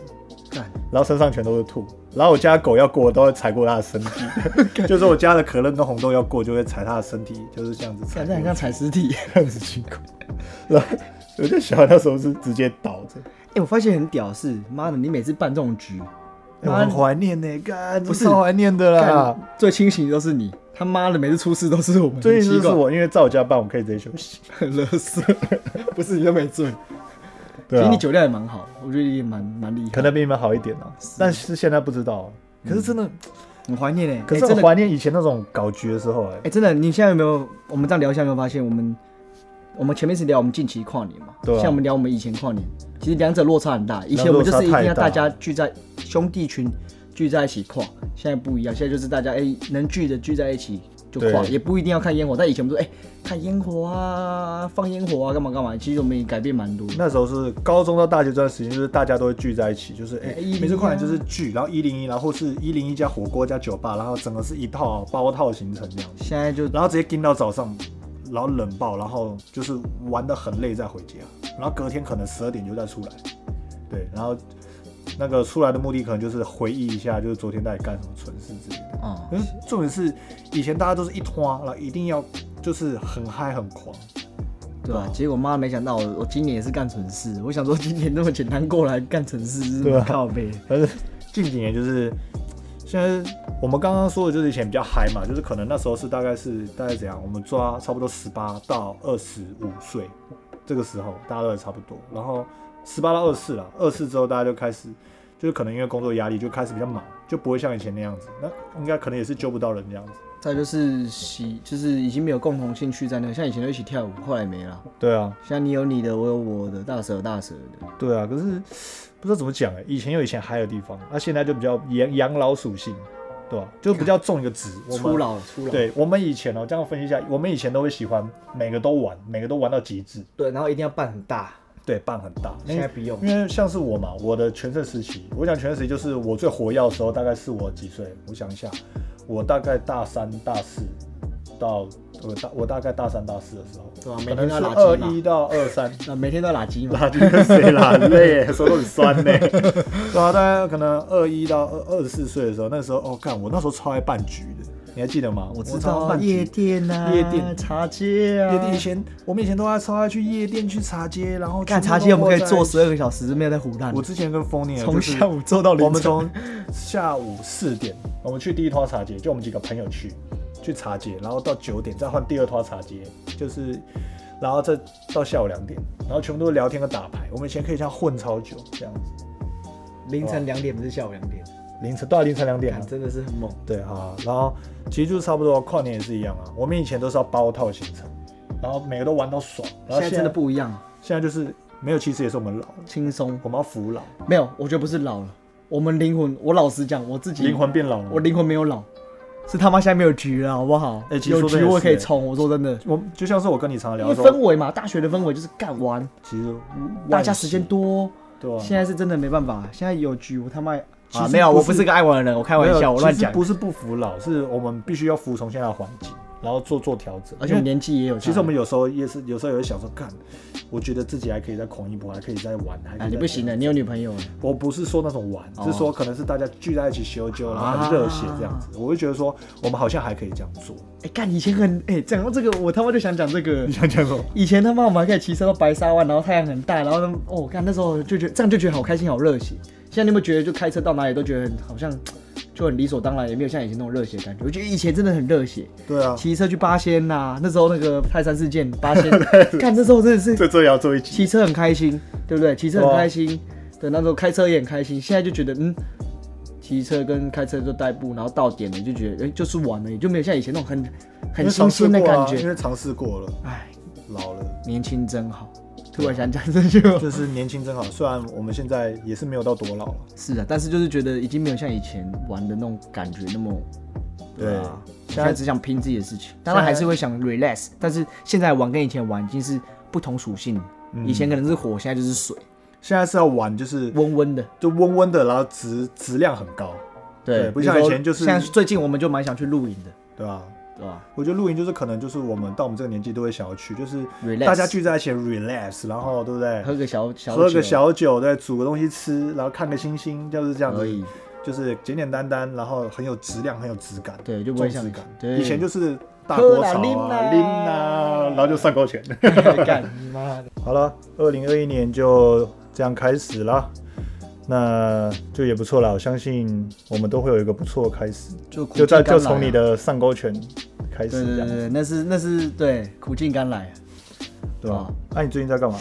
Speaker 1: 干
Speaker 2: 然后身上全都是吐，然后我家狗要过都会踩过它的身 体，就是我家的可乐跟红豆要过就会踩它的身体，就是这样子踩过
Speaker 1: 感觉很
Speaker 2: 去，
Speaker 1: 像踩尸体。哎、
Speaker 2: 这样子辛苦。 然后我就想那时候是直接倒着，
Speaker 1: 哎我发现很屌的是，妈的，你每次办这种局，
Speaker 2: 哎我很怀念呢、干不超怀念的啦
Speaker 1: 干。最清醒的都是你，他妈的每次出事都是我们，
Speaker 2: 最
Speaker 1: 很
Speaker 2: 近
Speaker 1: 奇
Speaker 2: 就是
Speaker 1: 怪，
Speaker 2: 我，因为在我家办，我可以直接休息。
Speaker 1: 很乐色，不是你都没醉。
Speaker 2: 对
Speaker 1: 其
Speaker 2: 啊
Speaker 1: 实你，酒量也蛮好，我觉得也蛮蛮厉害。
Speaker 2: 可能比你们好一点啊，但是嗯哎现在不知道。啊可是真的，
Speaker 1: 很怀念哎、欸，
Speaker 2: 可是
Speaker 1: 欸、真
Speaker 2: 很
Speaker 1: 的哎、
Speaker 2: 怀念以前那种搞局的时候、哎、
Speaker 1: 真的，你现在有没有？我们这样聊一下，有没有发现我们我们前面是聊我们近期跨年嘛？
Speaker 2: 对啊
Speaker 1: 像我们聊我们以前跨年，其实两者落差很大。以前我们就是一定要大家聚在兄弟群聚在一起跨，现在不一样，现在就是大家哎、能聚的聚在一起。就跨，
Speaker 2: 对
Speaker 1: 也不一定要看烟火，但以前我们说，哎、看烟火啊，放烟火啊，干嘛干嘛，其实我们也改变蛮多的。
Speaker 2: 那时候是高中到大学这段时间，就是大家都会聚在一起，就是哎
Speaker 1: 哎，101
Speaker 2: 每次跨年就是聚，然后一零一，然后或是一零一加火锅加酒吧，然后整个是一套包套行程这样子，
Speaker 1: 现在就
Speaker 2: 然后直接盯到早上，然后冷爆，然后就是玩的很累再回家，然后隔天可能十二点就再出来，对，然后那个出来的目的可能就是回忆一下，就是昨天到底干什么蠢事之类的。
Speaker 1: 啊、
Speaker 2: 可是重点是，以前大家都是一拖，然后一定要就是很嗨很狂，
Speaker 1: 对吧、结果妈没想到我，我今年也是干蠢事。我想说，今年那么简单过来干蠢事，是
Speaker 2: 对啊
Speaker 1: 靠背。
Speaker 2: 但是近几年就是，现在我们刚刚说的就是以前比较嗨嘛，就是可能那时候是大概是大概怎样，我们抓差不多十八到二十五岁这个时候，大家都还差不多。然后十八到二四了，二四之后大家就开始，就是可能因为工作压力就开始比较忙，就不会像以前那样子。那应该可能也是揪不到人这样子。
Speaker 1: 再就是喜，就是已经没有共同兴趣在那个，像以前都一起跳舞，后来没了。
Speaker 2: 对啊，
Speaker 1: 像你有你的，我有我的，大蛇有大蛇的。
Speaker 2: 对啊，可是不知道怎么讲哎、以前有以前嗨的地方，那、啊现在就比较养养老属性，对吧、就比较重一个值。我们
Speaker 1: 初老，初老。
Speaker 2: 对我们以前哦、这样分析一下，我们以前都会喜欢每个都玩，每个都玩到极致，
Speaker 1: 对，然后一定要办很大。
Speaker 2: 对，办很大。
Speaker 1: 现在不用
Speaker 2: 因为因为像是我嘛，我的全盛时期，我讲全盛时期就是我最活跃的时候，大概是我几岁？我想一下，我大概大三、大四到我大我大概大三、大四的时候，
Speaker 1: 对啊每
Speaker 2: 可
Speaker 1: 天
Speaker 2: 能
Speaker 1: 都
Speaker 2: 是
Speaker 1: 要垃圾
Speaker 2: 二
Speaker 1: 嘛
Speaker 2: 一到二三，
Speaker 1: 那啊每天都垃圾嘛。
Speaker 2: 垃圾跟谁啦？很累耶，手都很酸呢。 对啊，大概可能二一到二二十四岁的时候，那时候哦，干我那时候超爱办局的，你还记得吗？
Speaker 1: 我知
Speaker 2: 超爱
Speaker 1: 道
Speaker 2: 办局
Speaker 1: 夜店啊，
Speaker 2: 夜店
Speaker 1: 茶街啊，
Speaker 2: 夜店以前，我们以前都爱超爱去夜店去茶街，然后
Speaker 1: 干
Speaker 2: 去
Speaker 1: 茶街，我们可以
Speaker 2: 弄
Speaker 1: 坐
Speaker 2: 过
Speaker 1: 十二个小时，没有在胡乱
Speaker 2: 在。我。之前跟风念
Speaker 1: 从下午坐到
Speaker 2: 我
Speaker 1: 凌
Speaker 2: 们
Speaker 1: 晨。
Speaker 2: 从下午四点，我们去第一拖茶街，就我们几个朋友去去茶街，然后到九点再换第二拖茶街，就是然后再到下午两点，然后全部都聊天跟打牌。我们以前可以这样混超久这样子，
Speaker 1: 凌晨两点不是下午两点，
Speaker 2: 凌晨到凌晨两点啊
Speaker 1: 干真的是很猛。
Speaker 2: 对啊，然后其实就是差不多，跨年也是一样啊。我们以前都是要包套行程，然后每个都玩到爽，然后
Speaker 1: 现在真的不一样，
Speaker 2: 现在就是没有，其实也是我们老了，
Speaker 1: 轻松。
Speaker 2: 我们要服老，
Speaker 1: 没有，我觉得不是老了，我们灵魂，我老实讲，我自己
Speaker 2: 灵，魂变老了。
Speaker 1: 我灵魂没有老，是他妈现在没有局了，好不好？
Speaker 2: 哎其实
Speaker 1: 有
Speaker 2: 说真
Speaker 1: 局
Speaker 2: 的
Speaker 1: 我
Speaker 2: 是
Speaker 1: 可以
Speaker 2: 哎
Speaker 1: 冲，我说真的，
Speaker 2: 我就像是我跟你常常
Speaker 1: 因
Speaker 2: 聊
Speaker 1: 为
Speaker 2: 的时候
Speaker 1: 氛，围嘛，大学的氛围就是干完，
Speaker 2: 其实
Speaker 1: 大家时间多，
Speaker 2: 对啊，
Speaker 1: 现在是真的没办法，现在有局我他妈
Speaker 2: 其实
Speaker 1: 啊没有，
Speaker 2: 不
Speaker 1: 我
Speaker 2: 是
Speaker 1: 不是个爱玩的人，我开玩
Speaker 2: 没
Speaker 1: 笑，
Speaker 2: 有
Speaker 1: 我乱
Speaker 2: 其实
Speaker 1: 讲，
Speaker 2: 不是不服老，是我们必须要服从现在的环境，然后做做调整。
Speaker 1: 而且
Speaker 2: 因
Speaker 1: 我们
Speaker 2: 为
Speaker 1: 年纪也有差，
Speaker 2: 其实我们有时候也是，有时候也会想说，干，我觉得自己还可以再狂一波，还可以再玩，还可以、
Speaker 1: 啊你不行了，。你有女朋友了，
Speaker 2: 我不是说那种玩，
Speaker 1: 哦啊
Speaker 2: 是说可能是大家聚在一起修旧，然后很热血这样子。我就觉得说，我们好像还可以这样做。
Speaker 1: 哎干以前很哎讲到这个我他妈就想讲这个
Speaker 2: 你。想讲什么？
Speaker 1: 以前他妈我们还可以骑车到白沙湾，然后太阳很大，然后呢，哦，干那时候就觉得这样就觉得好开心，好热血。现在你有没有觉得就开车到哪里都觉得很好像就很理所当然，也没有像以前那种热血的感觉。我觉得以前真的很热血，
Speaker 2: 对啊，
Speaker 1: 骑车去八仙呐、那时候那个泰山事件 八仙，看那时候真的是
Speaker 2: 这这也要做一集。
Speaker 1: 骑车很开心，对不对？骑车
Speaker 2: 对
Speaker 1: 很
Speaker 2: 啊
Speaker 1: 开心，对，那时候开车也很开心。现在就觉得嗯。骑车跟开车都代步，然后到点了就觉得，哎、就是玩了，也就没有像以前那种很很新鲜的感
Speaker 2: 啊因
Speaker 1: 觉。
Speaker 2: 为尝试过了，
Speaker 1: 哎、
Speaker 2: 老了。
Speaker 1: 年轻真好，
Speaker 2: 啊
Speaker 1: 突然想讲这句话。
Speaker 2: 就是年轻真好，虽然我们现在也是没有到多老了，
Speaker 1: 是啊，但是就是觉得已经没有像以前玩的那种感觉那么。啊，现
Speaker 2: 现
Speaker 1: 在
Speaker 2: 在
Speaker 1: 只想拼自己的事情，当然还是会想 relax，但是现在玩跟以前玩已经是不同属性了。
Speaker 2: 嗯
Speaker 1: 以前可能是火，现在就是水，
Speaker 2: 现在是要玩就是
Speaker 1: 温温的。
Speaker 2: 就温温的，然后质质量很高，对不像
Speaker 1: 比如说
Speaker 2: 以前就是
Speaker 1: 像最近我们就蛮想去露营的，
Speaker 2: 对吧、
Speaker 1: 对吧
Speaker 2: 我觉得露营就是可能就是我们到我们这个年纪都会想要去，就是
Speaker 1: ？relax，
Speaker 2: 大家聚在一起 relax，然后对不对？
Speaker 1: 喝个小小
Speaker 2: 喝个
Speaker 1: 酒
Speaker 2: 小酒，对，煮个东西吃，然后看个星星，就是这样
Speaker 1: 而
Speaker 2: 子，
Speaker 1: 已，
Speaker 2: 就是简简单单，然后很有质量，很有质感，
Speaker 1: 对，就不
Speaker 2: 重
Speaker 1: 会像
Speaker 2: 质感。
Speaker 1: 对
Speaker 2: 以前就是大锅炒
Speaker 1: 喝啦
Speaker 2: 啊，拎
Speaker 1: 拎啦
Speaker 2: 啊，然后就上勾拳。
Speaker 1: 干你妈的！
Speaker 2: 好了，二零二一年就这样开始啦。那就也不错啦。我相信我们都会有一个不错的开始，
Speaker 1: 就苦
Speaker 2: 就
Speaker 1: 尽
Speaker 2: 在
Speaker 1: 甘来啊
Speaker 2: 就从你的上勾拳开始
Speaker 1: 对对
Speaker 2: 这样
Speaker 1: 对，
Speaker 2: 子，
Speaker 1: 对那是那是对苦尽甘来。啊
Speaker 2: 对吧
Speaker 1: 哦？
Speaker 2: 那、你最近在干嘛？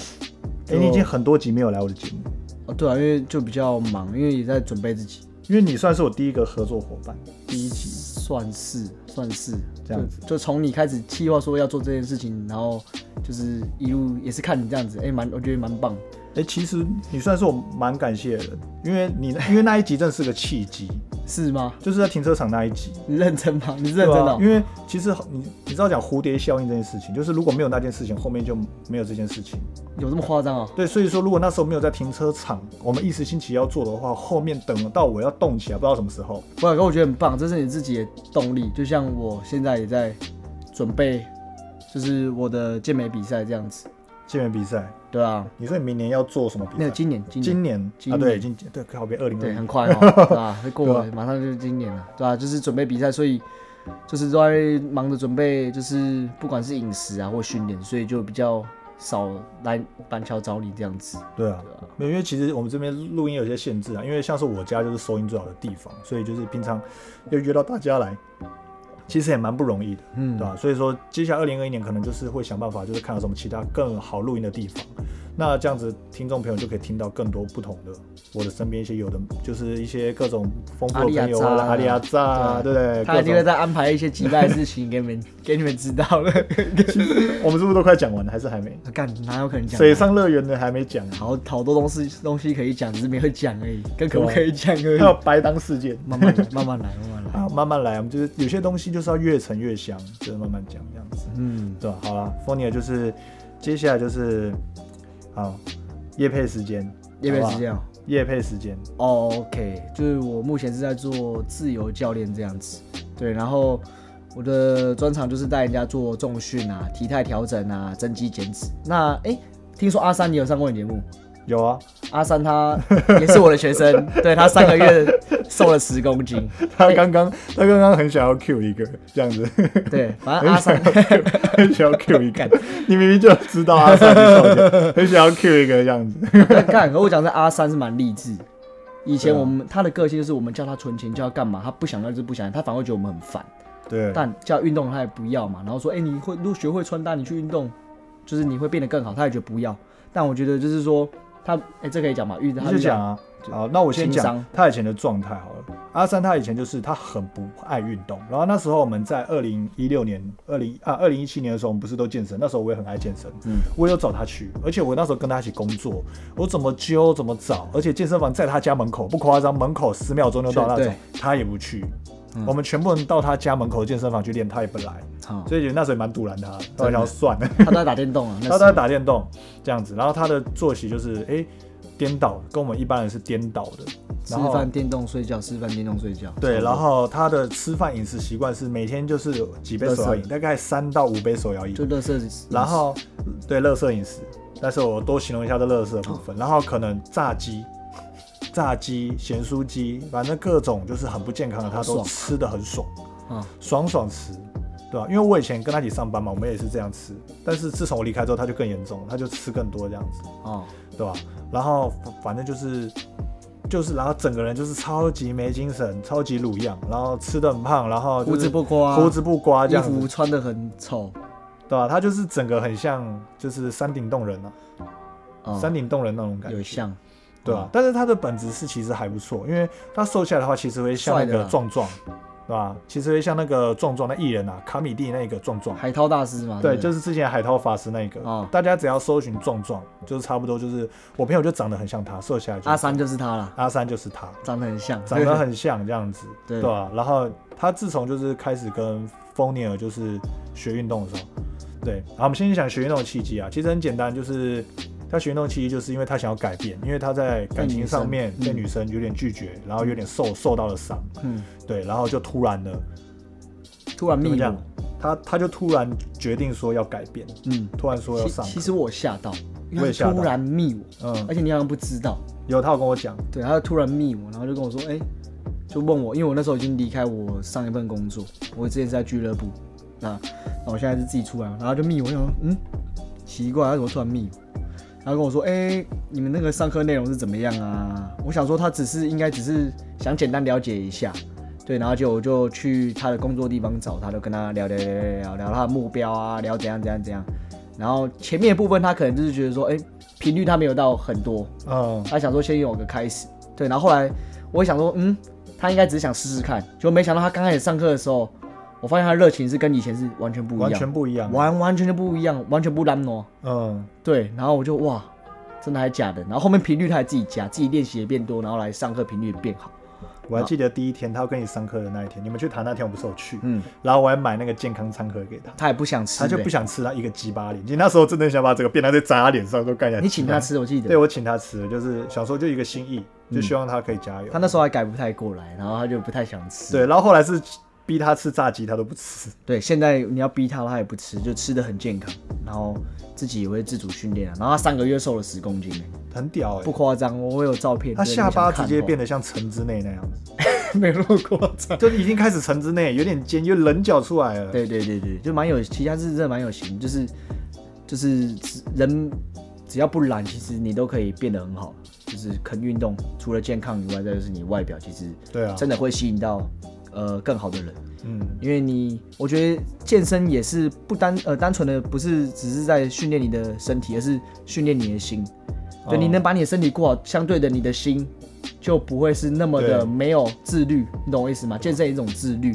Speaker 2: 哎、
Speaker 1: 就
Speaker 2: 你已经很多集没有来我的节目，
Speaker 1: 哦，对啊，因为就比较忙，因为也在准备自己
Speaker 2: 因为你算是我第一个合作伙伴，
Speaker 1: 第一集，算是算是
Speaker 2: 这样子
Speaker 1: 就就从你开始计划说要做这件事情，然后就是一路也是看你这样子，哎、蛮我觉得蛮棒的。
Speaker 2: 哎、其实你算是我蛮感谢的人，因为你 因为那一集真的是个契机，
Speaker 1: 是吗？
Speaker 2: 就是在停车场那一集，
Speaker 1: 你认真吗？你是认
Speaker 2: 对
Speaker 1: 真哦
Speaker 2: 吧？
Speaker 1: 的、
Speaker 2: 因为其实你你知道讲蝴蝶效应这件事情，就是如果没有那件事情，后面就没有这件事情。
Speaker 1: 有这么夸张啊？
Speaker 2: 对，所以说如果那时候没有在停车场，我们一时兴起要做的话，后面等到我要动起来，不知道什么时候。
Speaker 1: 不，可我觉得很棒，这是你自己的动力。就像我现在也在准备，就是我的健美比赛这样子，
Speaker 2: 健美比赛，
Speaker 1: 对啊，
Speaker 2: 你说你明年要做什么比
Speaker 1: 没有
Speaker 2: 赛？
Speaker 1: 今年，今年
Speaker 2: 今年
Speaker 1: 今
Speaker 2: 啊，
Speaker 1: 年
Speaker 2: 对，已经对，啊靠边二零二
Speaker 1: 对，
Speaker 2: 一，
Speaker 1: 很 快哦，对吧、啊会过
Speaker 2: 对
Speaker 1: 了，马上就是今年了，对吧、就是准备比赛，所以就是都在忙着准备，就是不管是饮食啊或训练，所以就比较少来板桥找你这样子，
Speaker 2: 对啊
Speaker 1: 对。吧、
Speaker 2: 没有，因为其实我们这边录音有些限制啊，因为像是我家就是收音最好的地方，所以就是平常要约到大家来，其实也蛮不容易的，
Speaker 1: 嗯
Speaker 2: 对啊吧、所以说，接下来二零二一年可能就是会想办法，就是看有什么其他更好录音的地方。那这样子，听众朋友就可以听到更多不同的我的身边一些有的，就是一些各种丰富的朋友啊，阿
Speaker 1: 阿
Speaker 2: 里
Speaker 1: 里
Speaker 2: 亚
Speaker 1: 亚
Speaker 2: 扎啊，对
Speaker 1: 对
Speaker 2: 不对？
Speaker 1: 他一
Speaker 2: 各
Speaker 1: 定会
Speaker 2: 种
Speaker 1: 再安排一些击败的事情给你们给你们知道了。
Speaker 2: 我们是不是都快讲完了？还是还没？
Speaker 1: 干哪有可能讲
Speaker 2: 水
Speaker 1: 完？
Speaker 2: 上乐园的还没讲啊，
Speaker 1: 好好多东西东西可以讲，只是没有讲而已，跟可不可以讲而已
Speaker 2: 还。有白当事件。
Speaker 1: 慢慢来，慢 慢来，慢慢来。
Speaker 2: 啊，慢慢来，我们就是有些东西就是要越陈越香，就是慢慢讲这样子，
Speaker 1: 嗯，
Speaker 2: 对吧？好了 f o n i a 就是接下来就是好夜配时间，
Speaker 1: 叶佩是这
Speaker 2: 好啊
Speaker 1: 样。
Speaker 2: 不好，夜配时间，
Speaker 1: 哦 OK，就是我目前是在做自由教练这样子，对，然后我的专长就是带人家做重训啊、体态调整啊、增肌减脂。那哎、诶听说阿三你有上过你节目，
Speaker 2: 有啊，
Speaker 1: 阿三他也是我的学生，对他三个月瘦了十公斤，
Speaker 2: 他刚刚、他刚刚很想要 Q 一个这样子，
Speaker 1: 对，反啊正阿 三
Speaker 2: 很想要 Q 一个，你明明就知道阿三是少年，很想要 Q 一个这样子，
Speaker 1: 干，可我讲这阿三是蛮励志。以
Speaker 2: 啊
Speaker 1: 前我们、他的个性就是我们叫他存钱，叫他干嘛，他不想要就是不想要，他反而会觉得我们很烦。
Speaker 2: 对，
Speaker 1: 但叫运动他也不要嘛，然后说，哎、你会如果学会穿搭，你去运动，就是你会变得更好，他也觉得不要。但我觉得就是说，他，哎、这可以讲嘛，遇到
Speaker 2: 你
Speaker 1: 他
Speaker 2: 就
Speaker 1: 遇到
Speaker 2: 讲啊。好，那我先
Speaker 1: 情
Speaker 2: 讲
Speaker 1: 商
Speaker 2: 他以前的状态好了。阿三他以前就是他很不爱运动，然后那时候我们在二零一六年、二零啊二零一七年的时候，我们不是都健身？那时候我也很爱健身，
Speaker 1: 嗯
Speaker 2: 我有找他去，而且我那时候跟他一起工作，我怎么揪怎么找，而且健身房在他家门口，不夸张，门口十秒钟就到那
Speaker 1: 是
Speaker 2: 种
Speaker 1: 对，
Speaker 2: 他也不去。
Speaker 1: 嗯
Speaker 2: 我们全部人到他家门口的健身房去练，他也不来，
Speaker 1: 好，
Speaker 2: 所以那时候也蛮堵拦他的，
Speaker 1: 嗯
Speaker 2: 啊
Speaker 1: 的
Speaker 2: 我想要算了。
Speaker 1: 他都在打 电动啊，那
Speaker 2: 他
Speaker 1: 时
Speaker 2: 都
Speaker 1: 候
Speaker 2: 在打电动这样子，然后他的作息就是哎、诶颠倒，跟我们一般人是颠倒的。然
Speaker 1: 吃
Speaker 2: 后
Speaker 1: 饭电动睡觉，吃饭电动睡觉。
Speaker 2: 对，
Speaker 1: 差不多
Speaker 2: 然后他的吃饭饮食习惯是每天就是有几杯手摇饮，大概三到五杯手摇饮，
Speaker 1: 就乐色，
Speaker 2: 然后对乐色饮食，但是我多形容一下这乐色部
Speaker 1: 哦
Speaker 2: 分，然后可能炸鸡、炸鸡、咸酥鸡，反正各种就是很不健康的，他
Speaker 1: 好
Speaker 2: 都
Speaker 1: 爽
Speaker 2: 吃的很爽。
Speaker 1: 啊，
Speaker 2: 爽爽吃，对吧、因为我以前跟他一起上班嘛，我们也是这样吃。但是自从我离开之后，他就更严重，他就吃更多这样子，
Speaker 1: 哦，
Speaker 2: 对吧、然后反反正就是就是，然后整个人就是超级没精神，超级乳样，然后吃的很胖，然后、就是、
Speaker 1: 胡子不刮啊
Speaker 2: 胡子不刮这
Speaker 1: 衣
Speaker 2: 样
Speaker 1: 服
Speaker 2: 子，
Speaker 1: 穿的很丑，
Speaker 2: 对吧、他就是整个很像就是山顶洞人啊，
Speaker 1: 哦
Speaker 2: 山顶洞人那种感
Speaker 1: 有
Speaker 2: 觉。
Speaker 1: 像，
Speaker 2: 对吧、
Speaker 1: 嗯
Speaker 2: 但是他的本质是其实还不错，因为他瘦下来的话，其实会像那
Speaker 1: 帅
Speaker 2: 个
Speaker 1: 的啊
Speaker 2: 壮壮，对吧、其实会像那个壮壮的艺人啊，卡米蒂那个壮壮，
Speaker 1: 海涛大师嘛，
Speaker 2: 对，
Speaker 1: 不
Speaker 2: 就是之前海涛法师那个，
Speaker 1: 哦
Speaker 2: 大家只要搜寻壮壮，就是差不多，就是我朋友就长得很像他，瘦下来就是
Speaker 1: 阿三就是他啦，
Speaker 2: 阿三就是他，
Speaker 1: 长得很像，
Speaker 2: 长得 很像这样子，
Speaker 1: 对
Speaker 2: 吧、然后他自从就是开始跟丰尼尔就是学运动的时候，对，好，我们先讲学运动的契机啊，其实很简单，就是他学运动的契机就是因为他想要改变，因为他在感情上面
Speaker 1: 被
Speaker 2: 被
Speaker 1: 女
Speaker 2: 女生有点拒绝，然后有点受受到了伤，
Speaker 1: 嗯，
Speaker 2: 对，然后就突然的
Speaker 1: 突然
Speaker 2: 怎么
Speaker 1: 密
Speaker 2: 讲
Speaker 1: 我，，
Speaker 2: 他他就突然决定说要改变，
Speaker 1: 嗯，
Speaker 2: 突然说要
Speaker 1: 其
Speaker 2: 上课。
Speaker 1: 其实我有吓到，因
Speaker 2: 我也
Speaker 1: 为
Speaker 2: 吓
Speaker 1: 他
Speaker 2: 到
Speaker 1: 突然密我，
Speaker 2: 嗯
Speaker 1: 而，且你好像不知道，
Speaker 2: 有他有跟我讲，
Speaker 1: 对，他就突然密我，然后就跟我说，哎、就问我，因为我那时候已经离开我上一份工作，我之前是在俱乐部，那那我现在是自己出来嘛，然后他就密我，我想说，嗯，奇怪，他怎么突然密我？然后跟我说，哎、你们那个上课内容是怎么样啊？我想说他只是应该只是想简单了解一下，对，然后就我就去他的工作地方找他，就跟他聊聊聊聊聊聊他的目标啊，聊怎样怎样怎样。然后前面的部分他可能就是觉得说，哎、频率他没有到很多，
Speaker 2: 嗯，
Speaker 1: 他想说先有个开始，对，然后后来我也想说，嗯，他应该只是想试试看，就没想到他刚开始上课的时候，我发现他的热情是跟以前是完全不一样，
Speaker 2: 完全不一样，
Speaker 1: 完完全就不一样，完全不懒惰。
Speaker 2: 嗯，
Speaker 1: 对，然后我就哇，真的还假的？然后后面频率他还自己加，自己练习也变多，然后来上课频率也变好。
Speaker 2: 我还记得第一天他要跟你上课的那一天，你们去谈那天我不是有去，
Speaker 1: 嗯，
Speaker 2: 然后我还买那个健康餐盒给他，
Speaker 1: 他也不想吃、
Speaker 2: 他就不
Speaker 1: 欸
Speaker 2: 想吃他一个鸡巴脸，其实那时候真的想把整个便当再砸他脸上，都干下去。
Speaker 1: 你请他吃，我记
Speaker 2: 对
Speaker 1: 得。
Speaker 2: 我请他吃，就是想说就一个心意，就希望他可以加油。
Speaker 1: 他那时候还改不太过来，然后他就不太想吃。
Speaker 2: 对，然后后来是逼他吃炸鸡，他都不吃。
Speaker 1: 对，现在你要逼他，他也不吃，就吃的很健康，然后自己也会自主训练啊。然后他上个月瘦了十公斤、欸
Speaker 2: 很屌哎、
Speaker 1: 不夸张，我有照片。
Speaker 2: 他下巴直接变
Speaker 1: 得
Speaker 2: 得像橙之内那样子，
Speaker 1: 没有那么夸张。
Speaker 2: 就已经开始橙之内，有点尖，有棱角出来了。，
Speaker 1: 对对对对，就蛮有，其他是真的蛮有型，就是就是人只要不懒，其实你都可以变得很好，就是肯运动，除了健康以外，再就是你外表，其实
Speaker 2: 对啊
Speaker 1: 真的会吸引到呃更好的人。
Speaker 2: 嗯，
Speaker 1: 因为你，我觉得健身也是不单呃单纯的不是只是在训练你的身体，而是训练你的心。对，
Speaker 2: 哦
Speaker 1: 你能把你的身体顾好，相对的你的心就不会是那么的
Speaker 2: 对
Speaker 1: 没有自律，你懂我意思吗？健身也是一种自律，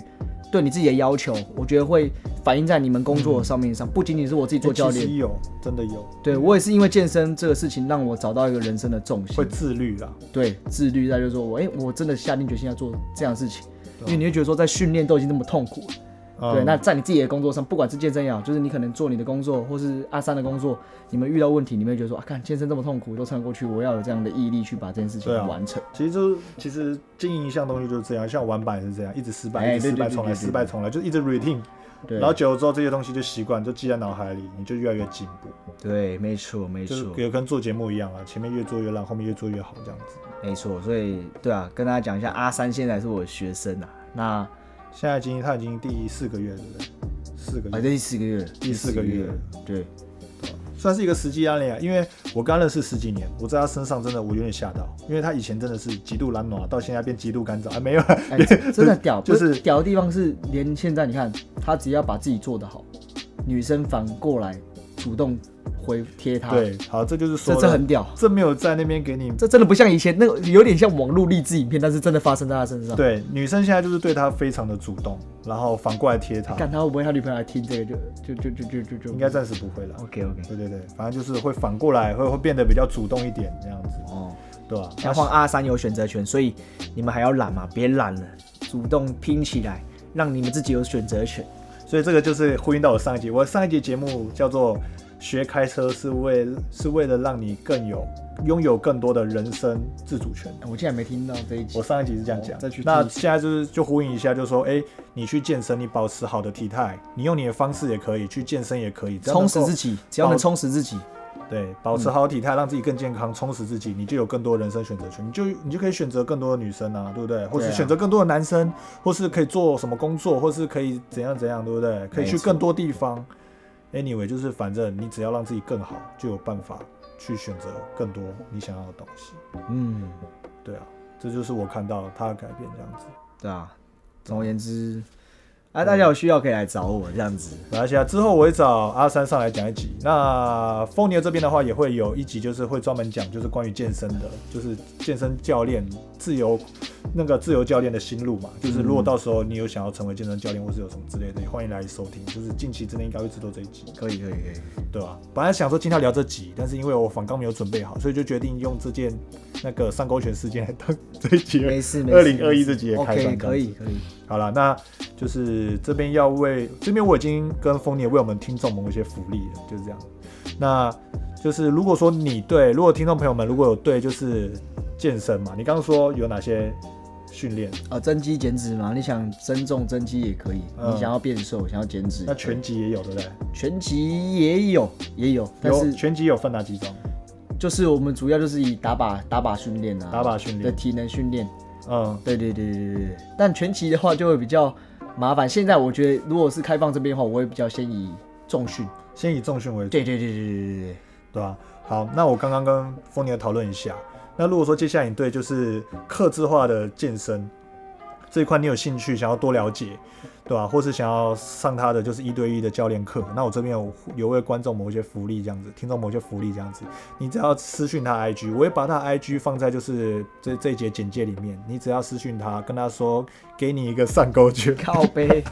Speaker 1: 对你自己的要求，我觉得会反映在你们工作上面上，不仅仅是我自己做教
Speaker 2: 哎其实
Speaker 1: 练，
Speaker 2: 有，真的有，
Speaker 1: 对我也是因为健身这个事情让我找到一个人生的重心
Speaker 2: 会，自律啦。
Speaker 1: 对自律，再就是说我哎、我真的下定决心要做这样的事情，因为你会觉得说在训练都已经那么痛苦了。对，
Speaker 2: 嗯
Speaker 1: 那在你自己的工作上，不管是健身也好，就是你可能做你的工作，或是阿三的工作，你们遇到问题，你们会觉得说啊，看健身这么痛苦，都撑过去，我要有这样的毅力去把这件事情
Speaker 2: 对啊
Speaker 1: 完成。
Speaker 2: 其实就是，其实经营一项东西就是这样，像玩板也是这样，一直失败，
Speaker 1: 哎
Speaker 2: 一直失败，
Speaker 1: 对对对
Speaker 2: 重来，
Speaker 1: 对对
Speaker 2: 失败，重来，就是一直 routine。
Speaker 1: 对，
Speaker 2: 然后久了之后，这些东西就习惯，就记在脑海里，你就越来越进步。
Speaker 1: 对，没错，没
Speaker 2: 就是
Speaker 1: 错，
Speaker 2: 也跟做节目一样啊，前面越做越烂，后面越做越好这样子。
Speaker 1: 没错。所以对啊，跟大家讲一下，阿三现在是我的学生啊，那
Speaker 2: 现在已经他已经第四个月，对不对？四个
Speaker 1: 啊
Speaker 2: 月，
Speaker 1: 这第四个月，
Speaker 2: 第四个月，
Speaker 1: 对，
Speaker 2: 算是一个实际案例啊。因为我刚认识十几年，我在他身上真的我有点吓到，因为他以前真的是极度懒惰，到现在变极度干燥啊，没有啊，
Speaker 1: 哎，真的 屌，
Speaker 2: 就
Speaker 1: 不是
Speaker 2: 是
Speaker 1: 屌的地方是，连现在你看，他只要把自己做得好，女生反过来主动回贴他，，
Speaker 2: 对，好，这就是说
Speaker 1: 这
Speaker 2: 的
Speaker 1: 这很屌。
Speaker 2: 这没有在那边给你。
Speaker 1: 这真的不像以前那个，有点像网络励志影片，但是真的发生在他身上。，
Speaker 2: 对，女生现在就是对他非常的主动，然后反过来贴他，
Speaker 1: 看他会不会他女朋友来听这个，就就就就就就就
Speaker 2: 应该暂时不会了。
Speaker 1: OK OK。
Speaker 2: 对对对，反正就是会反过来，会会变得比较主动一点这样子，
Speaker 1: 哦，
Speaker 2: 对吧、
Speaker 1: 像换阿三有选择权，所以你们还要懒嘛，别懒了，主动拼起来，让你们自己有选择权。
Speaker 2: 所以这个就是呼应到我上一集，我上一集节目叫做“学开车是为是为了让你更有拥有更多的人生自主权
Speaker 1: 我竟然没听到这一”。集
Speaker 2: 我，上一集是这样讲
Speaker 1: 哦再去，
Speaker 2: 那
Speaker 1: 听一
Speaker 2: 现在就是就呼应一下，就是说，哎、你去健身，你保持好的体态，你用你的方式也可以去健身，也可以
Speaker 1: 充实自
Speaker 2: 己，
Speaker 1: 己，只要能充实自己，
Speaker 2: 对，保持好体态，让自己更健康，充实自己，你就有更多人生选择权，你就你就可以选择更多的女生啊，对不对？或
Speaker 1: 对
Speaker 2: 是
Speaker 1: 啊
Speaker 2: 选择更多的男生，或是可以做什么工作，或是可以怎样怎样，对不对？可以去
Speaker 1: 没错
Speaker 2: 更多地方。Anyway，就是反正你只要让自己更好，就有办法去选择更多你想要的东西。
Speaker 1: 嗯，
Speaker 2: 对啊，这就是我看到他的改变这样子。
Speaker 1: 对啊。总而言之，啊，大家有需要可以来找我这样子。
Speaker 2: 马来西亚之后，我会找阿三上来讲一集。那丰尼尔这边的话，也会有一集，就是会专门讲，就是关于健身的，就是健身教练自由那个自由教练的心路嘛。就是如果到时候你有想要成为健身教练，或是有什么之类的，也欢迎来收听。就是近期真的应该会制作这一集，
Speaker 1: 可以可以可以，
Speaker 2: 对吧、本来想说今天要聊这集，但是因为我反刚没有准备好，所以就决定用这件那个上勾拳事件来当这一集了。
Speaker 1: 没事没事。
Speaker 2: 二零二一这集也开
Speaker 1: OK，
Speaker 2: 端
Speaker 1: 可
Speaker 2: 这样
Speaker 1: 以
Speaker 2: 子
Speaker 1: 可以。
Speaker 2: 好了，那就是这边要为这边我已经跟丰年为我们听众谋一些福利了，就是这样。那就是如果说你对，如果听众朋友们如果有对就是健身嘛，你刚刚说有哪些训练？
Speaker 1: 啊，增肌减脂嘛，你想增重增肌也可以，
Speaker 2: 嗯
Speaker 1: 你想要变瘦，想要减脂也可
Speaker 2: 那
Speaker 1: 以，
Speaker 2: 拳击也有对不对？
Speaker 1: 拳击也有也有，但
Speaker 2: 有
Speaker 1: 是
Speaker 2: 拳击有分哪几种？
Speaker 1: 就是我们主要就是以打靶打靶训练啊，
Speaker 2: 打靶训
Speaker 1: 的
Speaker 2: 练，
Speaker 1: 体能训练，
Speaker 2: 嗯，
Speaker 1: 对对对对对对。但拳击的话就会比较麻烦，现在我觉得如果是开放这边的话，我会比较先以重训，
Speaker 2: 先以重训为主。
Speaker 1: 对对对对对对对，
Speaker 2: 对吧、好，那我刚刚跟丰年讨论一下，那如果说接下来你对就是克制化的健身这一块你有兴趣，想要多了解，对吧、或是想要上他的就是一对一的教练课，那我这边有有为观众某一些福利，这样子，听众某一些福利，这样子，你只要私讯他 IG，我会把他 IG 放在就是这这一节简介里面，你只要私讯他，跟他说给你一个上钩券。
Speaker 1: 靠背，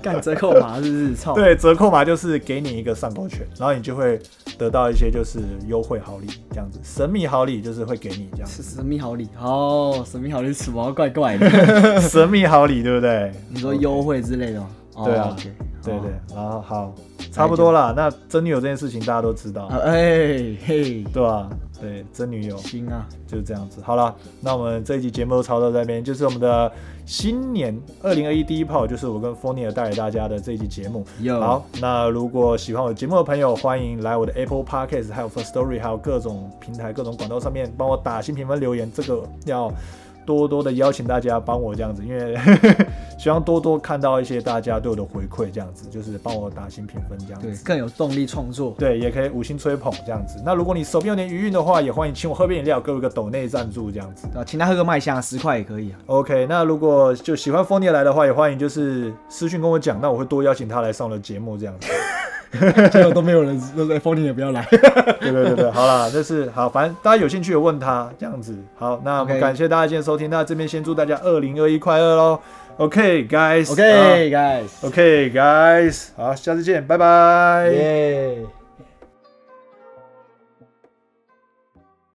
Speaker 1: 干折扣码是不是？操，
Speaker 2: 对，折扣码就是给你一个上钩券，然后你就会得到一些就是优惠好礼这样子，神秘好礼就是会给你这样
Speaker 1: 是
Speaker 2: 子，
Speaker 1: 神秘好礼哦，神秘好礼是什么？怪怪 的。
Speaker 2: 神秘好礼对不对？
Speaker 1: 你说优惠之类的吗？哦
Speaker 2: 对啊
Speaker 1: OK，
Speaker 2: 对对
Speaker 1: 哦，
Speaker 2: 然后好，差不多啦。那真女友这件事情大家都知道，
Speaker 1: 啊哎嘿，
Speaker 2: 对吧？对，真女友
Speaker 1: 行啊，
Speaker 2: 就是这样子。好了，那我们这一集节目就操到这边，就是我们的新年二零二一第一炮，就是我跟 f o n i 带给大家的这一集节目。
Speaker 1: 有
Speaker 2: 好，那如果喜欢我节目的朋友，欢迎来我的 Apple Podcast，还有 First Story，还有各种平台、各种管道上面帮我打新评分、留言，这个要多多的邀请大家帮我这样子，因为 希望多多看到一些大家对我的回馈，这样子就是帮我打新评分这样子
Speaker 1: 对。更有动力创作。
Speaker 2: 对，也可以五星吹捧这样子。那如果你手边有点余韵的话，也欢迎请我喝杯饮料，给我一个抖内赞助这样子。
Speaker 1: 啊，请他喝个麦香，十块也可以啊。
Speaker 2: OK，那如果就喜欢丰年来的话，也欢迎就是私讯跟我讲，那我会多邀请他来上我的节目这样子。
Speaker 1: 结 果都没有人，对不对？风铃也不要 来。
Speaker 2: 对对对对，好啦，就是好，反正大家有兴趣也问他这样子。好，那我们
Speaker 1: OK
Speaker 2: 感谢大家今天收听，那这边先祝大家二零二一快乐啊喽。OK，guys，OK，guys，、
Speaker 1: OK，guys，哎
Speaker 2: OK，guys，好，下次见，拜拜。
Speaker 1: 耶。